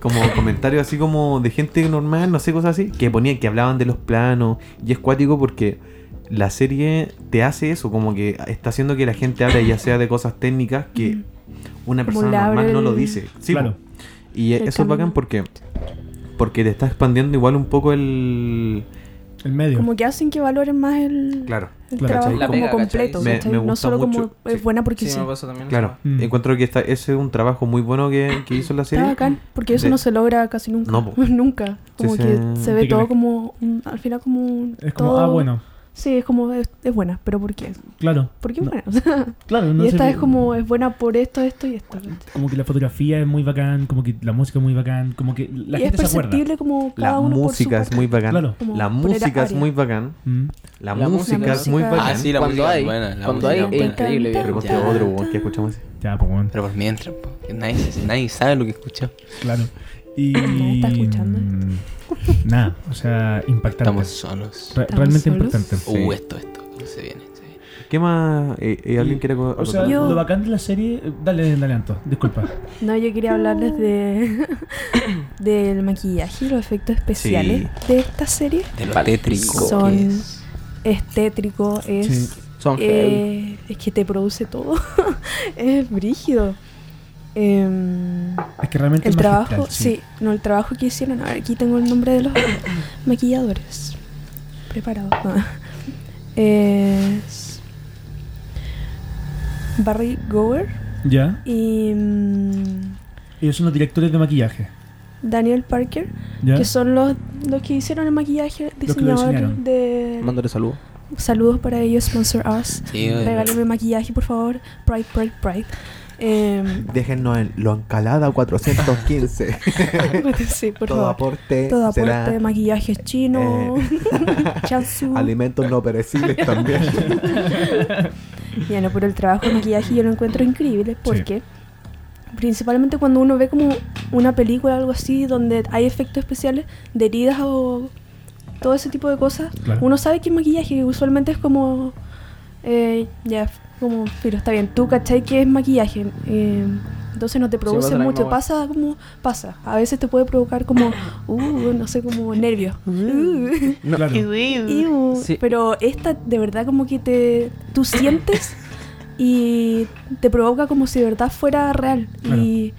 como comentarios así como de gente normal, no sé, cosas así, que ponían que hablaban de los planos y es cuático porque la serie te hace eso, como que está haciendo que la gente hable ya sea de cosas técnicas que una Como persona le abre normal no lo el- dice. Sí, Claro. po. y el eso es bacán camino. porque porque te está expandiendo igual un poco el El medio. Como que hacen que valoren más el, claro el Claro, trabajo ¿cachai? La como pega, completo. ¿cachai? Me- ¿cachai? me no gusta solo mucho, como es sí. buena porque Sí, sí. me pasó también. Claro, Mm. encuentro que está, ese es un trabajo muy bueno que, que hizo la Está serie. bacán, porque eso De- no se logra casi nunca. No, po. nunca. Como Sí, que sí. se ve Sí, que todo le- como. un- al final, como. un- Es como, todo- ah, bueno. Sí, es como. Es, es buena, pero ¿por qué? Claro. ¿Por qué No, es buena? O sea, Claro, no y sé- esta es como. Es buena por esto, esto y esto. ¿cachai? Como que la fotografía es muy bacán, como que la música es muy bacán, como que la y es gente se acuerda. perceptible como cada La uno por su música es parte. muy bacán. Claro. Como La por música es área. muy bacán. Mm. La, La música, música es muy es- bacán. Ah, sí, la Cuando música hay- es buena. La cuando música hay- es es buena. increíble, Pero ponte Ya. otro, weón, que escuchamos ese. Ya, pues bueno, Pero por mientras, po, que nadie, se- nadie sabe lo que escucha. claro. Y. Nadie está escuchando. mm, Nada, o sea, impactante. Estamos solos. Re- ¿Estamos realmente solos? impactante. Uh, esto, esto. Se viene, se viene. ¿Qué más? Eh, eh, ¿Alguien quiere co- O sea, acotar? Yo- lo bacán de la serie. Dale, dale, Anto, disculpa. No, yo quería hablarles de del maquillaje y los efectos especiales de esta serie. De lo Vale. tétrico Son- que es. Es tétrico, es Sí. Son heavy. Eh, es que te produce todo. es brígido. Em, Es que realmente el es magistral, trabajo, sí. no, el trabajo que hicieron. A ver, aquí tengo el nombre de los maquilladores. Preparado. no. Es Barry Gower ¿Ya? y mm, Ellos son los directores de maquillaje. Daniel Parker, ¿Ya? que son los, los que hicieron el maquillaje, Los que lo diseñadores diseñaron. de. Mándale saludos. Saludos para ellos, Sponsor Us. Sí, eh, Regáleme maquillaje, por favor. Pride, pride, pride. Eh, Déjennos en lo encalada 415. sí, por Todo favor. aporte Todo aporte será de maquillaje chino. Chansu. Eh, alimentos no perecibles también. Ya no, pero el trabajo de maquillaje yo lo encuentro increíble porque principalmente cuando uno ve como una película o algo así donde hay efectos especiales de heridas o todo ese tipo de cosas, Claro. uno sabe que es maquillaje que usualmente es como eh, ya como pero está bien, tú cachai que es maquillaje. eh, entonces no te produce pasa la mucho, misma pasa como pasa. A veces te puede provocar como, uh, no sé, como nervios. Uh. Claro. Iu, Sí. Pero esta de verdad como que te tú sientes y te provoca como si de verdad fuera real. Y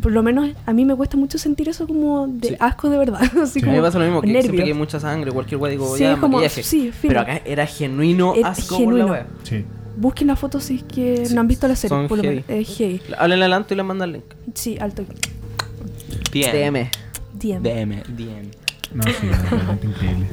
por lo menos a mí me cuesta mucho sentir eso como de Sí. asco de verdad. Así A mí me como pasa lo mismo, que nervio. siempre que hay mucha sangre, cualquier weá, digo, Sí, ya, es como- maquillaje. sí, filo. Pero acá era genuino Era asco genuino. por la weá. Sí. Busquen las fotos si es que no han visto la serie. son Por lo heavy. menos. Eh, heavy. Háblenle adelante y le mandan el link. Sí, alto. DM. DM. DM, DM. No, sí, es realmente increíble.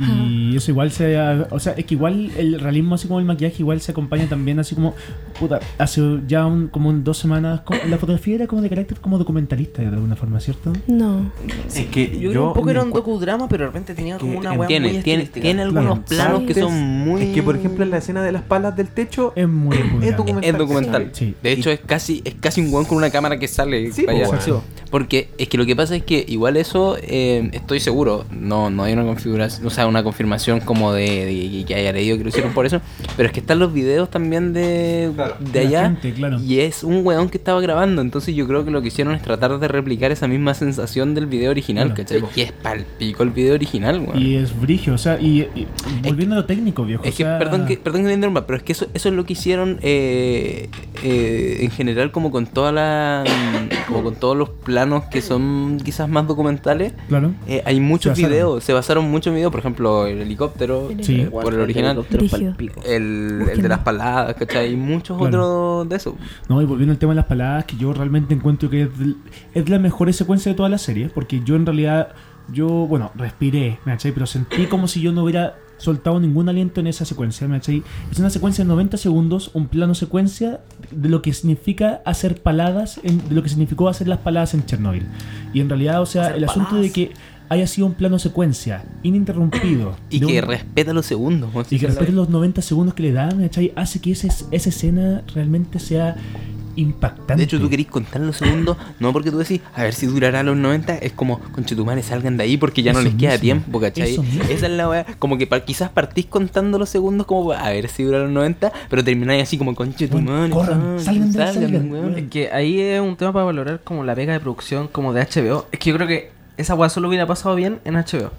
Y eso igual se. ha- O sea, es que igual el realismo, así como el maquillaje, igual se acompaña también, así como. Puta, hace ya un- como un- dos semanas. co- La fotografía era como de carácter como documentalista, de alguna forma, ¿cierto? No. Es que Yo, yo, creo un poco era un me encu- docudrama, pero de repente tenía como una weá muy Tiene, tiene, estilística. tiene algunos Claro. planos que son Partes- muy. Es que, por ejemplo, en la escena de las palas del techo Es muy es documental. documental. Es documental. Sí. De hecho, es casi, es casi un weón con una cámara que sale Sí, para po, allá. weón. Sí, po. Porque es que lo que pasa es que igual eso, eh, estoy seguro, no, no hay una configuración, o sea, una confirmación como de, de que haya leído que lo hicieron por eso, pero es que están los videos también de, Claro. de De la allá. gente, claro. Y es un weón que estaba grabando, entonces yo creo que lo que hicieron es tratar de replicar esa misma sensación del video original, Claro. ¿cachai? Y es palpico el video original, weón. Y es brigio, o sea, y, y- volviendo a lo técnico, viejo. Es o que, sea, perdón que, perdón que te interrumpa, pero es que eso, eso es lo que hicieron eh, eh, en general como con toda la mm, como con todos los planos que son quizás más documentales. Claro. Eh, hay muchos Se basaron. videos, se basaron muchos videos, por ejemplo, el helicóptero, Sí. eh, por el original, Rígido. el, el de las paladas, ¿cachai? Y muchos Claro. otros de eso. No, y volviendo al tema de las paladas, que yo realmente encuentro que es, del- es la mejor secuencia de toda la serie, porque yo en realidad, yo, bueno, respiré, ¿me cachai? Pero sentí como si yo no hubiera soltado ningún aliento en esa secuencia, ¿me cachai? Es una secuencia de 90 segundos, un plano secuencia de lo que significa hacer paladas, en- de lo que significó hacer las paladas en Chernobyl. Y en realidad, o sea, el asunto de que haya sido un plano secuencia, ininterrumpido. Y de que un- respeta los segundos. ¿no? y que respeten los 90 segundos que le dan, ¿cachai? Hace que ese- esa escena realmente sea impactante. De hecho, tú querís contar los segundos, no porque tú decís, a ver si durará los 90, es como, conchetumare, salgan de ahí porque ya no Eso les queda mismo, tiempo, ¿cachai? eso mismo. Esa es la weá, como que pa- quizás partís contando los segundos como, a ver si duran los 90, pero termináis así como, conchetumare, Bueno, corran, salgan de ahí, salgan, weón. Es que ahí es un tema para valorar como la pega de producción como de HBO. Es que yo creo que esa weá solo hubiera pasado bien en HBO.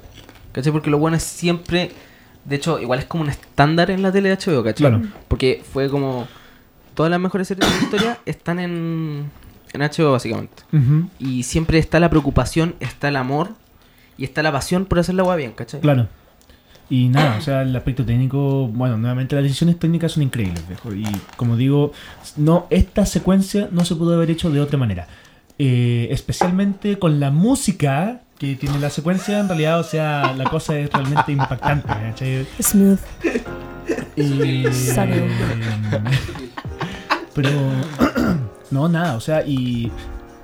¿Cachai? Porque los buenos siempre. De hecho, igual es como un estándar en la tele de HBO, ¿cachai? Claro. Porque fue como. Todas las mejores series de la historia están en, en HBO, básicamente. Ujú, Y siempre está la preocupación, está el amor y está la pasión por hacer la weá bien, ¿cachai? Claro. Y nada, o sea, el aspecto técnico, bueno, nuevamente las decisiones técnicas son increíbles, viejo. Y como digo, no, esta secuencia no se pudo haber hecho de otra manera. Eh, especialmente con la música que tiene la secuencia, en realidad, o sea, la cosa es realmente impactante, ¿cachai? Smooth. Y- em, Sabio. Pero no, nada, o sea, y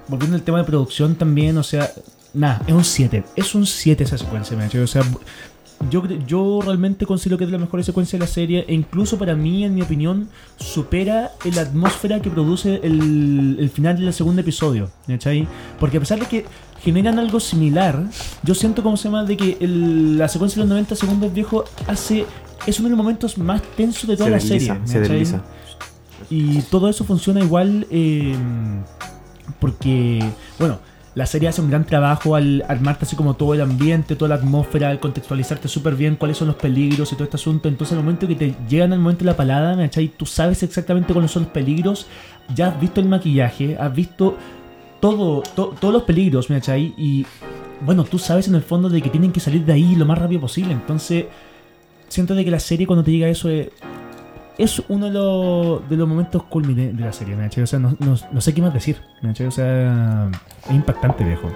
volviendo al tema de producción también, o sea, nada, es un 7, es un 7 esa secuencia, me cachai, o sea, yo, cre- yo realmente considero que es la mejor secuencia de la serie e incluso para mí, en mi opinión, supera la atmósfera que produce el, el final del segundo episodio, ¿cachai? Porque a pesar de que generan algo similar, yo siento como se llama de que el- la secuencia de los 90 segundos viejo hace es uno de los momentos más tensos de toda Se la desliza, serie. se ¿cachai? desliza. Y todo eso funciona igual eh, porque, bueno, la serie hace un gran trabajo al armarte así como todo el ambiente, toda la atmósfera, al contextualizarte súper bien cuáles son los peligros y todo este asunto. Entonces, al momento que te llegan al momento de la palada, ¿me cachai? Tú sabes exactamente cuáles son los peligros, ya has visto el maquillaje, has visto todo, to- todos los peligros, ¿me cachai? Y bueno, tú sabes en el fondo de que tienen que salir de ahí lo más rápido posible. Entonces, siento de que la serie cuando te llega eso es, es uno de los, de los momentos culmine de la serie, ¿me cachai? O sea, no, no- no sé qué más decir, ¿me cachai? O sea, es impactante, viejo.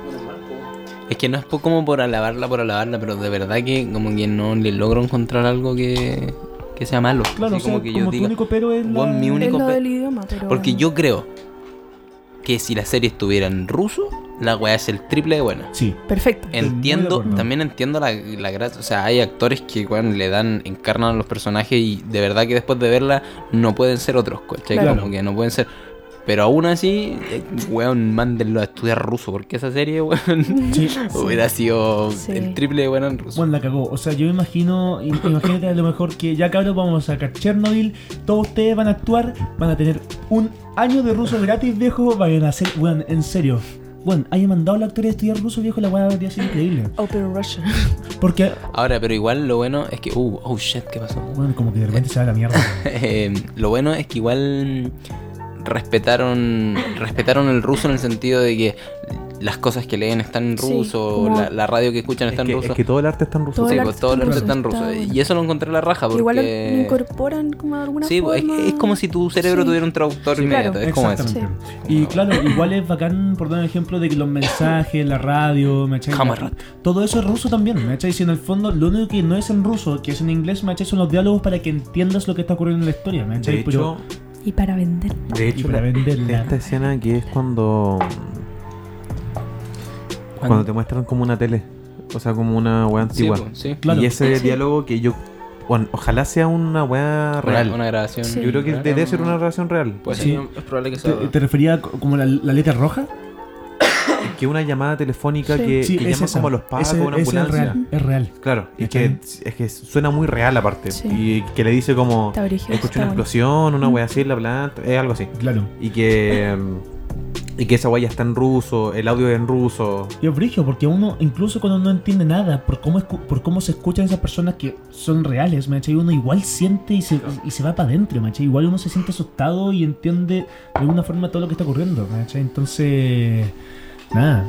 Es que no es po- como por alabarla, por alabarla, pero de verdad que como que no le logro encontrar algo que, que sea malo. Así Claro, o sea, como como, que yo tu diga. único pero es la... "Bueno, mi Es único lo pe- del idioma, pero. Porque yo creo que si la serie estuviera en ruso, la weá es el triple de buena. Sí, Perfecto. Eh, Estoy muy de Entiendo, acuerdo. también entiendo la, la gracia. O sea, hay actores que weón, le dan, encarnan a los personajes y de verdad que después de verla no pueden ser otros, ¿cachai? Claro. Como que no pueden ser. Pero aún así, eh, weón, mándenlo a estudiar ruso, porque esa serie, weón, sí. hubiera sido Sí. el triple de buena en ruso. Bueno, la cagó. O sea, yo me imagino, im- imagínate a lo mejor que ya cabros vamos a sacar Chernobyl, todos ustedes van a actuar, van a tener un año de ruso gratis, viejo, vayan a hacer, weón, en serio. Bueno, hayan mandado a la actor a estudiar ruso, viejo, la weá habría sido increíble. Open Russian. Porque, Ahora, pero igual lo bueno es que. Uh, oh shit, ¿qué pasó? bueno, como que de repente se va a la mierda. Eh, lo bueno es que igual respetaron respetaron el ruso en el sentido de que las cosas que leen están en Sí, ruso, como- la, la radio que escuchan Es está que, en es ruso. que todo el arte está en ruso. Todo Sí, el pues, arte todo el está en arte ruso. está en ruso. Está bueno. Y eso lo encontré la raja porque... Igual lo incorporan como de alguna Sí, forma. pues, es, es como si tu cerebro Sí. tuviera un traductor Sí, inmediato. claro, es como eso. Exactamente. Y claro, igual es bacán por dar un ejemplo de que los mensajes, la radio, ¿me cachai? Jamás rato. Todo eso es ruso también, ¿me cachai? Si en el fondo lo único que no es en ruso, que es en inglés, ¿me cachai? Son los diálogos para que entiendas lo que está ocurriendo en la historia, ¿me De cachai? hecho, Y para vender. de pues. y hecho para la- venderla. esta escena que es cuando cuando te muestran como una tele, o sea, como una weá Sí, antigua. pues, sí. Claro. Y ese Sí. diálogo que yo bueno, ojalá sea una weá Una- real. Una, grabación. Sí. Yo creo que debe ser una relación real. Pues Sí, sí. es probable que sea. ¿Te, te refería co- como la, la letra roja? Que una llamada telefónica Sí. que, Sí, que llama esa. como a los pagos, Ese- una ese es ambulancia. real, es real. Claro, y que, ¿Cachai? es que suena muy real aparte. Sí. Y que le dice como, Está brígido, escuché está una bueno. explosión, una weá así en la planta, es algo así. Claro. Y que, mm, y que esa weá ya está en ruso, el audio es en ruso. Y es brigio, porque uno, incluso cuando no entiende nada, por cómo, escu- por cómo se escuchan esas personas que son reales, ¿me cachai? Uno igual siente y se, y se va para adentro, ¿me cachai? Igual uno se siente asustado y entiende de alguna forma todo lo que está ocurriendo, ¿me cachai? Entonces, nada.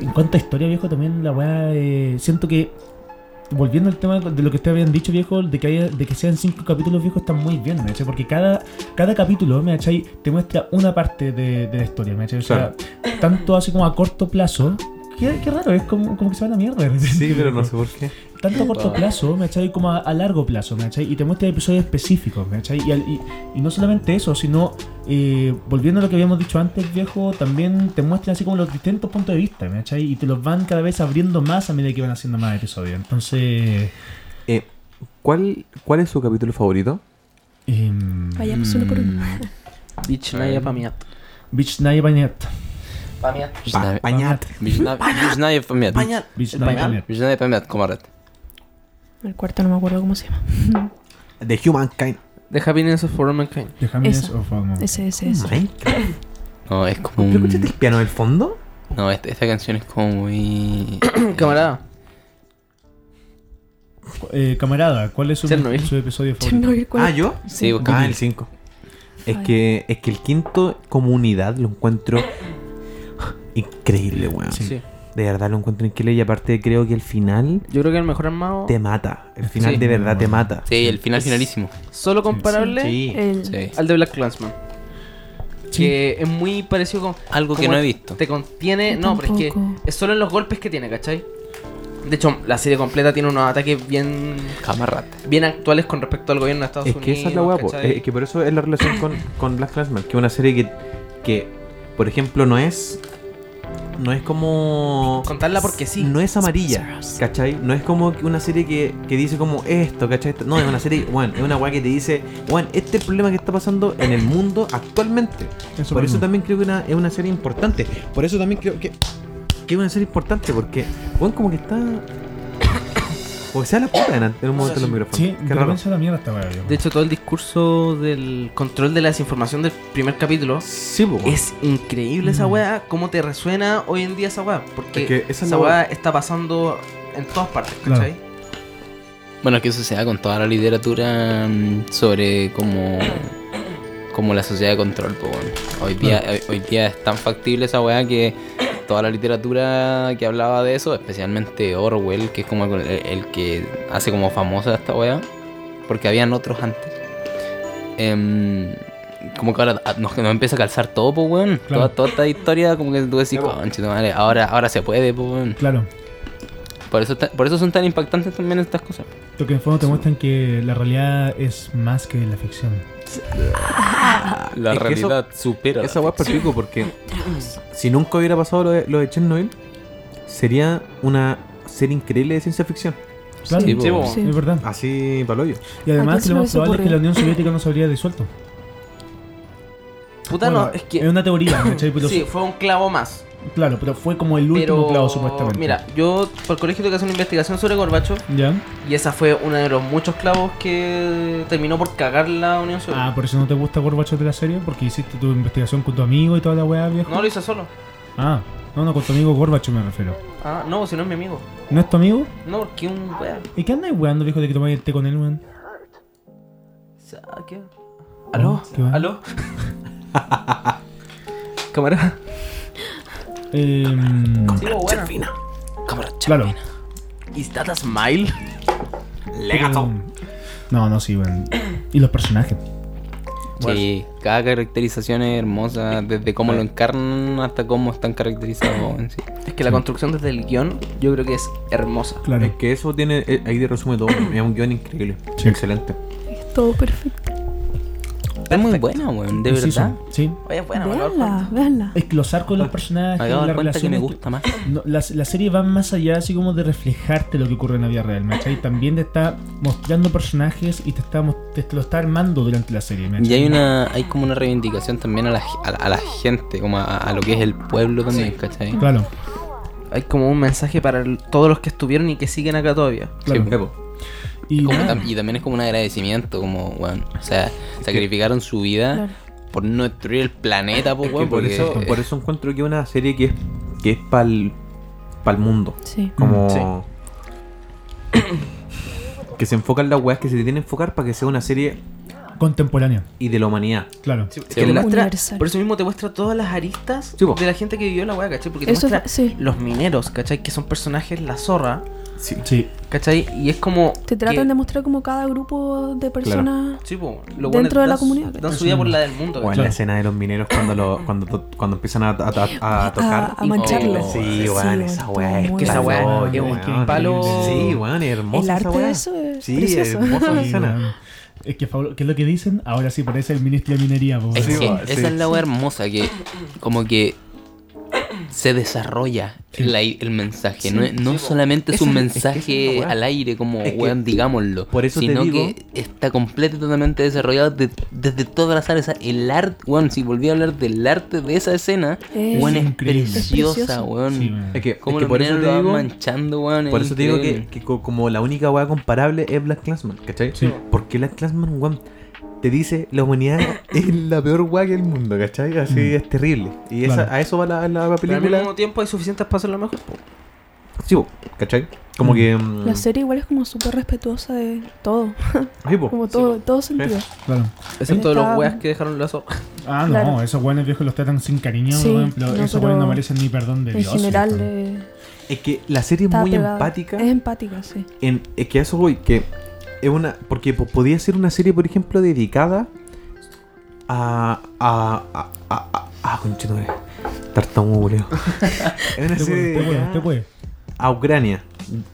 En cuanto a historia, viejo, también la weá, eh, siento que, volviendo al tema de lo que ustedes habían dicho, viejo, de que, haya- de que sean cinco capítulos, viejo, está muy bien, ¿me cachai? Porque cada, cada capítulo, ¿me cachai? Te muestra una parte de, de la historia, ¿me cachai? O sea, Claro. tanto así como a corto plazo. Qué, qué raro, es como, como que se va a la mierda. en ese Sí, sentido. pero no sé por qué. Tanto a corto Ah. plazo, me echáis como a, a largo plazo, me echáis. Y te muestra episodios específicos, me echáis. Y, al- y- y no solamente eso, sino eh, volviendo a lo que habíamos dicho antes, viejo, también te muestran así como los distintos puntos de vista, me echáis. Y te los van cada vez abriendo más a medida que van haciendo más episodios. Entonces. Eh, ¿cuál, ¿Cuál es su capítulo favorito? em, Vayamos uno por uno. Bitch, Naya Pamiat. Vichnaya Banyat. Pamiat. Vishnavi- Pañat. Vishnavi- Vishnavi Pamiat. Pamiat. Vichnaya Pañal. Banyat. Vishnavi Pamiat, como red. El cuarto no me acuerdo cómo se llama. The Humankind. The Happiness of For Mankind. The Happiness Esa. of All Moments. Ese, ese, Ah, ese. Mankind. No, es como ¿Pero escuchaste un... el piano del fondo? No, esta, esta canción es como muy... Camarada. Eh, camarada, ¿cuál es su, Chernobyl. su episodio favorito? Chernobyl Ah, cuatro. ¿yo? Sí, porque- Ah, el 5. Es Ay. que, es que el quinto comunidad lo encuentro increíble, weón. Sí. De verdad lo encuentro increíble y aparte creo que el final Yo creo que el mejor armado. te mata. El final Sí. de verdad te mata. Sí, el final finalísimo. Solo comparable Sí. El- Sí. al de Black Clansman. Sí. Que es muy parecido con. Algo que como no he visto. Te contiene. Yo No, pero es que tampoco. es solo en los golpes que tiene, ¿cachai? De hecho, la serie completa tiene unos ataques bien. Camarata. bien actuales con respecto al gobierno de Estados Es que Unidos. esa es la weá, po. Eh, ¿cachai? Es que por eso es la relación con, con Black Clansman, que es una serie que, que, por ejemplo, no es. No es como. Contarla porque sí. No es amarilla, ¿cachai? No es como que una serie que, que dice como esto, ¿cachai? Esto- No, es una serie, bueno, es una weá que te dice, bueno, este es el problema que está pasando en el mundo actualmente. Eso Por mismo. eso también creo que una- es una serie importante. Por eso también creo que, que es una serie importante, porque, bueno, como que está. O sea, la puta en, en un momento los micrófonos. Sí, Qué raro. vergüenza la mierda esta weá. yo. De hecho, todo el discurso del control de la desinformación del primer capítulo Sí, po. es increíble esa Mm. weá. ¿Cómo te resuena hoy en día esa weá? Porque Es que esa es esa, la weá weá. está pasando en todas partes, Claro. ¿cachai? Bueno, es que eso se da con toda la literatura mm, sobre cómo, cómo la sociedad de control. po, weón. hoy, día, eh, hoy, hoy día es tan factible esa weá que toda la literatura que hablaba de eso, especialmente Orwell, que es como el, el que hace como famosa esta weá, porque habían otros antes. Em, como que ahora a- nos, nos empieza a calzar todo, po, weón. Claro. Toda, toda esta historia, como que tú decís, Ya, po. "Conche tu madre, ahora, ahora se puede, po, weón". Claro. Por eso, ta- por eso son tan impactantes también estas cosas. Lo que en el fondo te muestran que la realidad es más que la ficción. La Es que eso- realidad supera. Esa weá es perpico porque si nunca hubiera pasado lo de, lo de Chernobyl, sería una serie increíble de ciencia ficción. Claro. Sí, po. Sí, po. Sí. Es verdad. Ah. Así, paloyo. Y ¿A además, quién se lo más le probable es hubiese que ocurrido? la Unión Soviética no se habría disuelto. Puta, no, Bueno, es que. una teoría, ¿cachai? Pero- Sí, fue un clavo más. Claro, pero fue como el último Pero. clavo, supuestamente. Mira, yo por colegio tuve que hacer una investigación sobre Gorbacho ¿Ya? y esa fue uno de los muchos clavos que terminó por cagar la Unión Ah, Soviética. por eso no te gusta Gorbachev de la serie, porque hiciste tu investigación con tu amigo y toda la weá, viejo. No lo hizo solo. Ah, no, no, con tu amigo Gorbachev me refiero. Ah, no, si no es mi amigo. ¿No es tu amigo? No, porque un wea. ¿Y qué andas weando, viejo, de que tomáis el té con él, weón? Sa- Ah, ¿Qué? ¿Aló? Ah, ¿Qué va? ¿Aló? Cámara. Eh, Sí, bueno. claro. ¿Is that a smile? Legato. Em, No, no, sí, weón. Y los personajes. Sí, cada caracterización es hermosa, desde cómo lo encarnan hasta cómo están caracterizados en sí. Es que la construcción desde el guión yo creo que es hermosa. Claro. Es que eso tiene. eh, Ahí te resume todo. Es un guión increíble. Sí. Excelente. Es todo perfecto. Es muy buena, weón, de Preciso. verdad. Sí. Oye, bueno, me lo Veanla, veanla. Es que los arcos de los personajes, Me acabo de las dar cuenta que me relaciones. gusta más. No, la, la serie va más allá así como de reflejarte lo que ocurre en la vida real, ¿me cachai? También te está mostrando personajes y te, está, mos- te, te lo está armando durante la serie, ¿me Y cachai? hay una, hay como una reivindicación también a la, a la- a la gente, como a, a lo que es el pueblo también, ¿cachai? Claro, Hay como un mensaje para el- todos los que estuvieron y que siguen acá todavía. claro. Epo. y Como nada, tam- y también es como un agradecimiento, como, weón, o sea, sacrificaron su vida por no destruir el planeta, po, Es que weón, por, porque- eso, por eso encuentro que es una serie que es, que es para el mundo. Sí. Como. Sí. que se enfocan las weas que se tienen que enfocar para que sea una serie contemporánea, y de la humanidad. claro. Es Sí, que le bueno. muestra- Universal. por eso mismo te muestra todas las aristas Sí, po. de la gente que vivió la weá, ¿cachai? Porque te Eso muestra sí. los mineros, ¿cachai? Que son personajes la zorra, Sí. Sí, ¿cachai? Y es como. Te tratan que- de mostrar como cada grupo de personas. Sí, po, los dentro buenos de la dan- comunidad, Dan ¿cachai? su vida por la del mundo, Bueno, ¿cachai? la escena de los mineros cuando lo, cuando, to- cuando empiezan a, a- a- a tocar. a mancharlo. Oh, sí, Sí, weón, weón, esa todo weá es muy que Esa weá weón, es un palo- Sí, weón, es hermosa. El arte esa weá. de eso es Sí, precioso. hermosa la Sí, escena. weón. Es que, fabulo- ¿qué es lo que dicen? Ahora sí parece el ministro de minería, po, Es weón. que va, esa sí. es la wea hermosa que como que se desarrolla la- el mensaje. no es- no solamente es Esa- un es que esa es la mensaje wea. al aire como Es que- weón, digámoslo. por eso te sino digo- que está completamente desarrollado de- desde todas las áreas. El arte, weón, si volví a hablar del arte de esa escena, Es weón, es, increíble. Es preciosa, precioso. weón. Sí, weón. Es que, es Como que por eso te digo. manchando, weón. Por es eso te digo que, increíble. que co- como la única weá comparable es Black Clansman, ¿cachai? Sí. Porque Black Clansman, weón, te dice la humanidad es la peor weá que el mundo, ¿cachai? Así Mm. es terrible. Y esa- Claro. a eso va la, la Pero al mismo película. tiempo hay suficientes pasos a lo mejor. po. Sí, po, ¿cachai? Como Mm. que. mm, La serie igual es como súper respetuosa de todo. Oh, sí, po. Como todo, todo sentido. Claro. Excepto Está- los weas que dejaron la zorra. Ah, no, Claro. esos buenos viejos los tratan sin cariño, Sí, weón, pero no, esos pero buenos no merecen ni perdón de En Dios. general viejo. eh, Es que la serie es está muy pegada. empática. Es empática, sí. en- es que a eso voy, que es una. Porque po- podía ser una serie, por ejemplo, dedicada a. a. a. a. a. a. conchetumare, tartamudo, culiao. Es una Te serie puede, te puede, dedicada te puede. a Ucrania.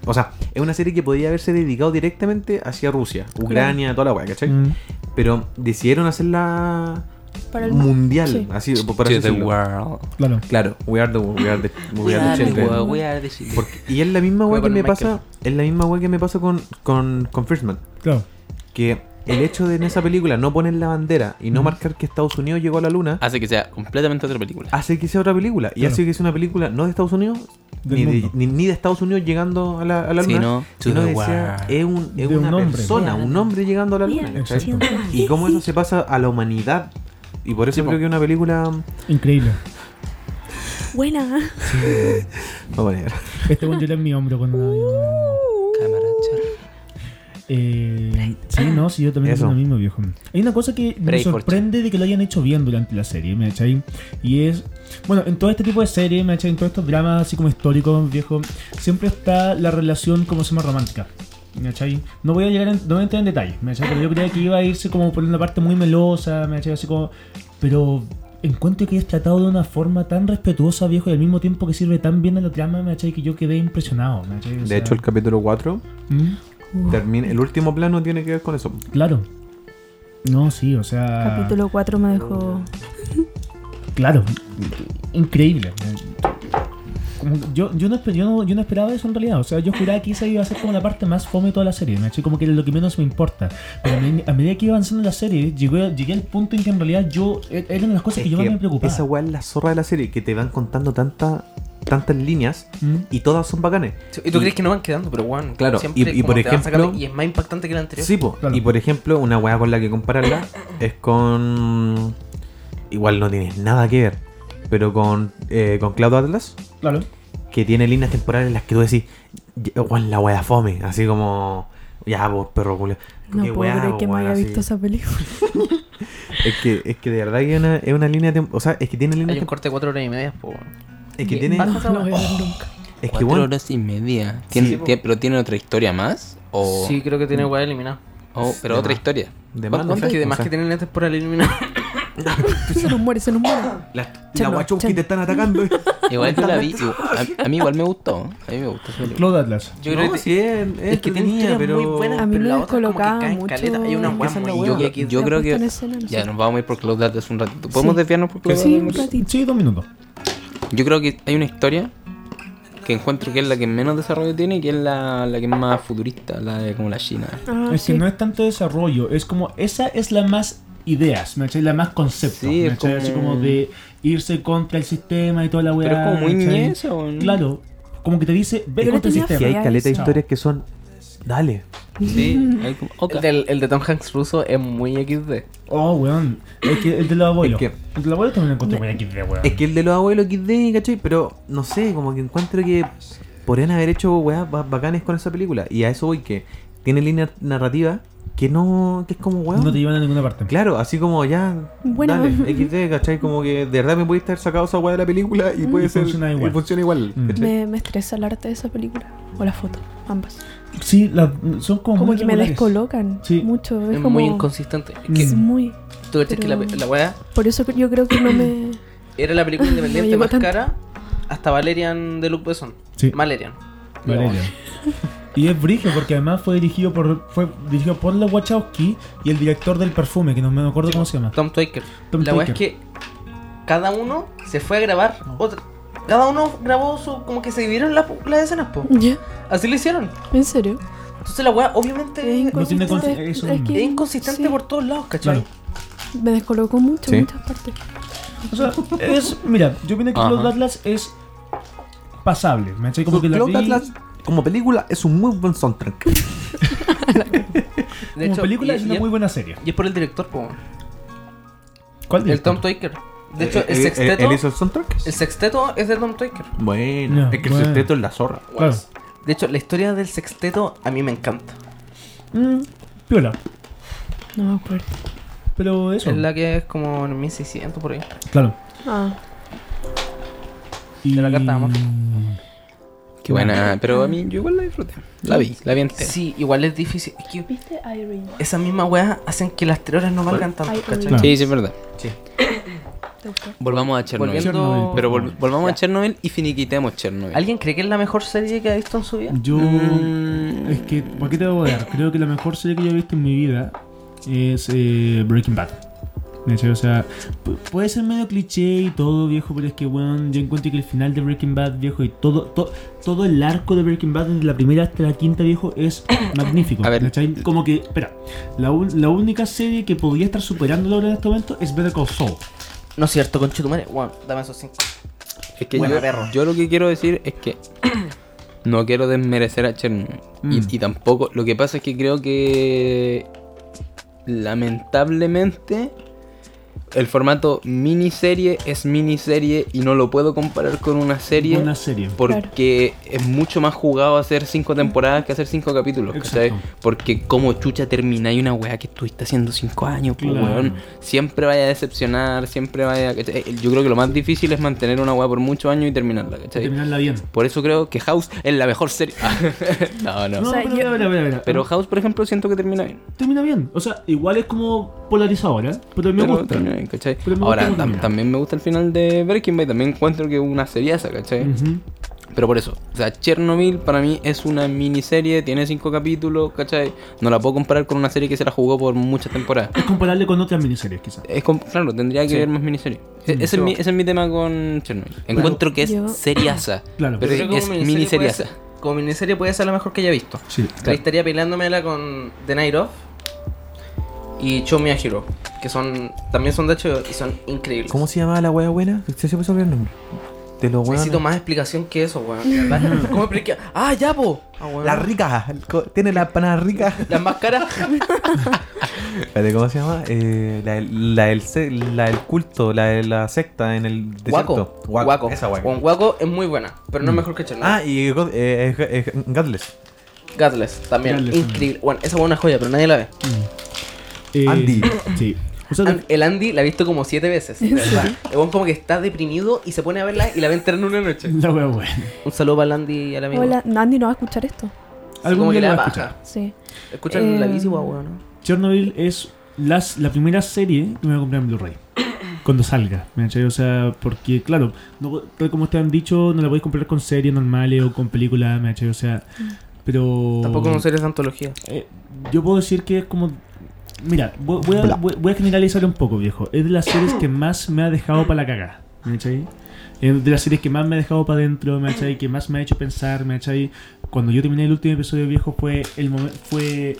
O sea, es una serie que podía haberse dedicado directamente hacia Rusia, Ucrania, toda la weá, ¿cachai? Mm. Pero decidieron hacerla Para el mundial, sí. así, por To así the decirlo. world. Claro. Claro, we are the, we are the, we are the Dale, children. weón, we are the children. Porque- y es la misma Voy a weá que poner me Michael. pasa. Es la misma weá que me pasa con, con, con First Man. Claro, Que el hecho de en esa película no poner la bandera y no marcar que Estados Unidos llegó a la luna Hace que sea completamente otra película. hace que sea otra película. Y Claro. hace que sea una película no de Estados Unidos, Del ni de, mundo. ni, ni de Estados Unidos llegando a la, a la Sí, luna, no, to sino the de sea- world. es, un, es De una un hombre. persona, un hombre llegando a la luna. ¿cachai? Y cómo eso se pasa a la humanidad. Y por eso Sí, po. creo que una película... Increíble. Buena. Voy a poner. Este buen yo en mi hombro cuando. Cámara, Eh, sí, no, sí, yo también Eso. pienso lo mismo, viejo. Hay una cosa que me Braveheart. sorprende de que lo hayan hecho bien durante la serie, ¿me cachai? Y es, bueno, en todo este tipo de series, ¿me cachai? En todos estos dramas así como históricos, viejo, siempre está la relación, como se llama, romántica. ¿me cachai? No voy a llegar en- no voy a entrar en detalle, ¿me cachai? Pero yo creía que iba a irse como por una parte muy melosa, ¿me cachai? Así como... Pero encuentro que es tratado de una forma tan respetuosa, viejo, y al mismo tiempo que sirve tan bien a la trama, ¿me cachai? Que yo quedé impresionado, ¿me cachai? O De sea, hecho, el capítulo 4, ¿Mm? termina, el último plano tiene que ver con eso. Claro. No, sí, o sea. Capítulo 4 me dejó. Claro. Increíble. Como que yo, yo, no, esper- yo, no, yo no esperaba eso en realidad. O sea, yo juraba que esa iba a ser como la parte más fome de toda la serie. Me como que era lo que menos me importa. Pero a, me- a medida que iba avanzando la serie, llegué, llegué al punto en que en realidad yo. e- Era una de las cosas que yo más me preocupaba. esa weá es la zorra de la serie, que te van contando tanta, tantas líneas ¿Mm? y todas son bacanes. ¿Y tú crees que no van quedando? Pero bueno, Claro, siempre y- y por como te van ejemplo- sacando- y es más impactante que el anterior. Sí, po. Claro. y por ejemplo, una weá con la que compararla es con. Igual no tienes nada que ver, pero con, eh, con Cloud Atlas, Claro. que tiene líneas temporales en las que tú decís, "Ya, weón, la weá fome, así como. Ya, vos, perro culo. No puedo creer que no haya visto esa película. Es que, es que de verdad que es una, es una línea. tem- O sea, es que tiene líneas. Hay un tem- corte de cuatro horas y media, po, weón. Es que Bien, tiene. baja esa No voy a weá. ver nunca. Es que Cuatro bueno. horas y media. ¿Tiene, Sí, po. tiene- ¿Pero tiene otra historia más? ¿O, Sí, creo que tiene weá eliminada. o- Oh, pero de otra más. historia? De ¿Cuánto- más, Es no sé, que o además sea, que tienen lentes por eliminar. Se nos muere, se nos muere. Las la Chalo, guachonqui chalo. te están atacando. Igual yo la vi. y- A, a mí igual me gustó. A mí me gustó. esa película. Claude Atlas. Yo No, creo que sí, es, es es que tienen entretenida, historias pero. muy buenas, A mí pero me la otra como que descolocaba cae en mucho caleta. Hay una esa weá es la muy weá. Yo, yucky. yo La creo que. puesta en escena, no ya, sé. nos vamos a ir por Cloud Atlas un ratito. ¿Podemos desviarnos por Cloud Sí, un Atlas? ratito. Sí, dos minutos. Yo creo que hay una historia que encuentro que es la que menos desarrollo tiene y que es la, la que es más futurista, la de como la China. Ah, Es que sí. no es tanto desarrollo, es como, esa es la más ideas, ¿me cachai? La más concepto, Sí, ¿me es cachai? Así como- como de irse contra el sistema y toda la weá. Pero es como muy ¿me cachai? niñez, ¿o no? Claro, como que te dice, ve Yo le contra el tenía sistema. Que hay caleta de Chao. historias que son. Dale. Sí, hay como. oh, ok. El, del- el de Tom Hanks ruso es muy XD. Oh, weón, es que el de los abuelos. Es que- El de los abuelos también lo encontré muy aquí, weón. Es que el de los abuelos XD, ¿cachai? Pero no sé, como que encuentro que podrían haber hecho weas ba- bacanes con esa película. Y a eso voy que tiene línea narrativa que no. que es como weón. No te llevan a ninguna parte. Claro, así como ya. Bueno. Dale, XD, ¿cachai? Como que de verdad me puede estar sacado esa wea de la película y puede Y ser. funciona igual. Y funciona igual. Mm. ¿cachai? Mm. Me, me estresa el arte de esa película. O la foto, ambas. Sí, las- son como. Como muy que me regulares. descolocan Sí. mucho. Es Es, como, muy inconsistente. Es que es muy. tú cachas que la, pero- la weá Por eso que yo creo que no me. era la película independiente llegó más tanto. cara hasta Valerian de Luc Besson. Sí. Valerian. Valeria. Y es brigio porque además fue dirigido por fue dirigido por los Wachowski y el director del perfume, que no me acuerdo cómo se llama. Tom Twaker. Tom la weá es Twaker. que cada uno se fue a grabar otra. Cada uno grabó su. como que se dividieron las las escenas, po. ¿Ya? Así lo hicieron. ¿En serio? Entonces la weá obviamente Es es, No tiene inconsistente. consi- es- eso es mismo. que- inconsistente sí, por todos lados, ¿cachai? Claro. Me descolocó mucho Sí. en muchas partes. O sea, es. Mira, yo opino que Ajá. Cloud Atlas es pasable. ¿Me cachai? Como que la Cloud vi, Atlas, como película, es un muy buen soundtrack. De como hecho, película y- es y una es- muy buena serie. y es por el director, po. ¿Cuál El director? Tom Twaker. De hecho, Eh, el eh, sexteto. ¿Él hizo el soundtrack? El sexteto es de Tom Twaker. Bueno, No, es que el bueno. sexteto es la zorra. Claro. De hecho, la historia del sexteto a mí me encanta. Mm, piola. No me acuerdo. Pero eso. Es la que es como en 1600 por ahí. Claro. Ah, Y De la carta de amor. Qué buena. Pero a mí yo igual la disfruté. La vi, la vi entera. Sí, igual es difícil. Es que ¿viste Irene? esas mismas weas hacen que las tres horas no valgan tanto, Ay, ¿cachai? Claro. Sí, sí, es verdad. ¿Te gustó? Volvamos a Chernobyl. Volviendo- Chernobyl, Pero por vol- favor. volvamos a Ya. Chernobyl y finiquitemos Chernobyl. ¿Alguien cree que es la mejor serie que ha visto en su vida? Yo. Mm. Es que, ¿por qué te voy a dar? Creo que la mejor serie que yo he visto en mi vida es eh, Breaking Bad. ¿Cachai? O sea, pu- puede ser medio cliché y todo, viejo, pero es que, weón, yo encuentro que el final de Breaking Bad, viejo, y todo, to- todo el arco de Breaking Bad, desde la primera hasta la quinta, viejo, es magnífico. A ver. ¿cachai? Como que, espera, la, un- la única serie que podría estar superando la obra en este momento es Better Call Saul. No es cierto, conchetumare. Bueno, dame esos cinco. Es que Bueno, yo, perro. yo lo que quiero decir es que no quiero desmerecer a Chernobyl. Y- Mm. Y, tampoco. Lo que pasa es que creo que. Lamentablemente. El formato miniserie es miniserie y no lo puedo comparar con una serie Una serie. porque es mucho más jugado hacer cinco temporadas que hacer cinco capítulos, ¿cachai? Exacto. Porque como chucha termináis una weá que estuviste haciendo cinco años, pues, Claro. weón. Siempre vaya a decepcionar, siempre vaya a... ¿cachai? Eh, Yo creo que lo más difícil es mantener una weá por muchos años y terminarla, ¿cachai? Terminarla bien. Por eso creo que House es la mejor serie. no, Ah. No, no. sea, pero, yo- espera, espera, espera. Pero House, por ejemplo, siento que termina bien. termina bien. O sea, igual es como polarizadora, ¿eh? pero me Pero gusta. termina bien, ¿cachai? Pero me gusta Ahora, cómo tam- termina. también me gusta el final de Breaking Bad. También encuentro que es una seriaza, ¿cachai? Ujú. Pero por eso, o sea, Chernobyl para mí es una miniserie, tiene cinco capítulos, ¿cachai? No la puedo comparar con una serie que se la jugó por muchas temporadas. Es comparable con otras miniseries, quizás. Es com- claro, tendría que ver más miniseries. E- ese, es mi, ese es mi tema con Chernobyl. Encuentro que es Yo- seriaza, Claro. pero Yo creo que es como miniserie puede miniseriaza. ser- Como miniserie puede ser la mejor que haya visto. Sí. Ahí estaría peleándomela con The Night Of y Show Me a Hero, que son también son de hecho y son increíbles. ¿Cómo se llamaba la wea buena? Se se me olvidó el nombre. De los weones. Necesito más explicación que eso, weón. ¿Verdad? ¿Cómo explica? ¡Ah, ya, po! Ah, weón. La rica. co- Tiene la pana rica. Las más caras. Espérate, ¿cómo se llama? Eh, la, la, del, se- la del culto, la de la secta en el desierto. Guaco. Guaco. Esa guaco. Con Guaco es muy buena, pero no es mejor que Chernobyl. Ah, y God- eh, eh, eh, Godless. Godless también. Godless también. Increíble. Bueno, esa es una joya, pero nadie la ve. Eh, Andy. Sí. O sea, An- el Andy la ha visto como siete veces. de verdad. El weón como que está deprimido y se pone a verla y la ve entera en una noche. la wea buena. Un saludo para el Andy y al amigo. Hola, Andy no va a escuchar esto. Así Algún como que día le lo da va a paja. escuchar. Sí. Escuchan Eh, la bici, guau, ¿no? Chernobyl es las, la primera serie que me voy a comprar en Blu-ray. Cuando salga, ¿me cachai? O sea, porque, claro, no- tal como te han dicho, no la podéis comprar con series normales o con películas, ¿me cachai? O sea, pero. Tampoco no series de antología. Eh, yo puedo decir que es como. Mira, voy, voy a, voy- voy a generalizar un poco, viejo. Es de las series que más me ha dejado para la cagada. ¿Me cachai? Es de las series que más me ha dejado para adentro, ¿me cachai? Que más me ha hecho pensar, ¿me cachai? Cuando yo terminé el último episodio, viejo, fue el momen- fue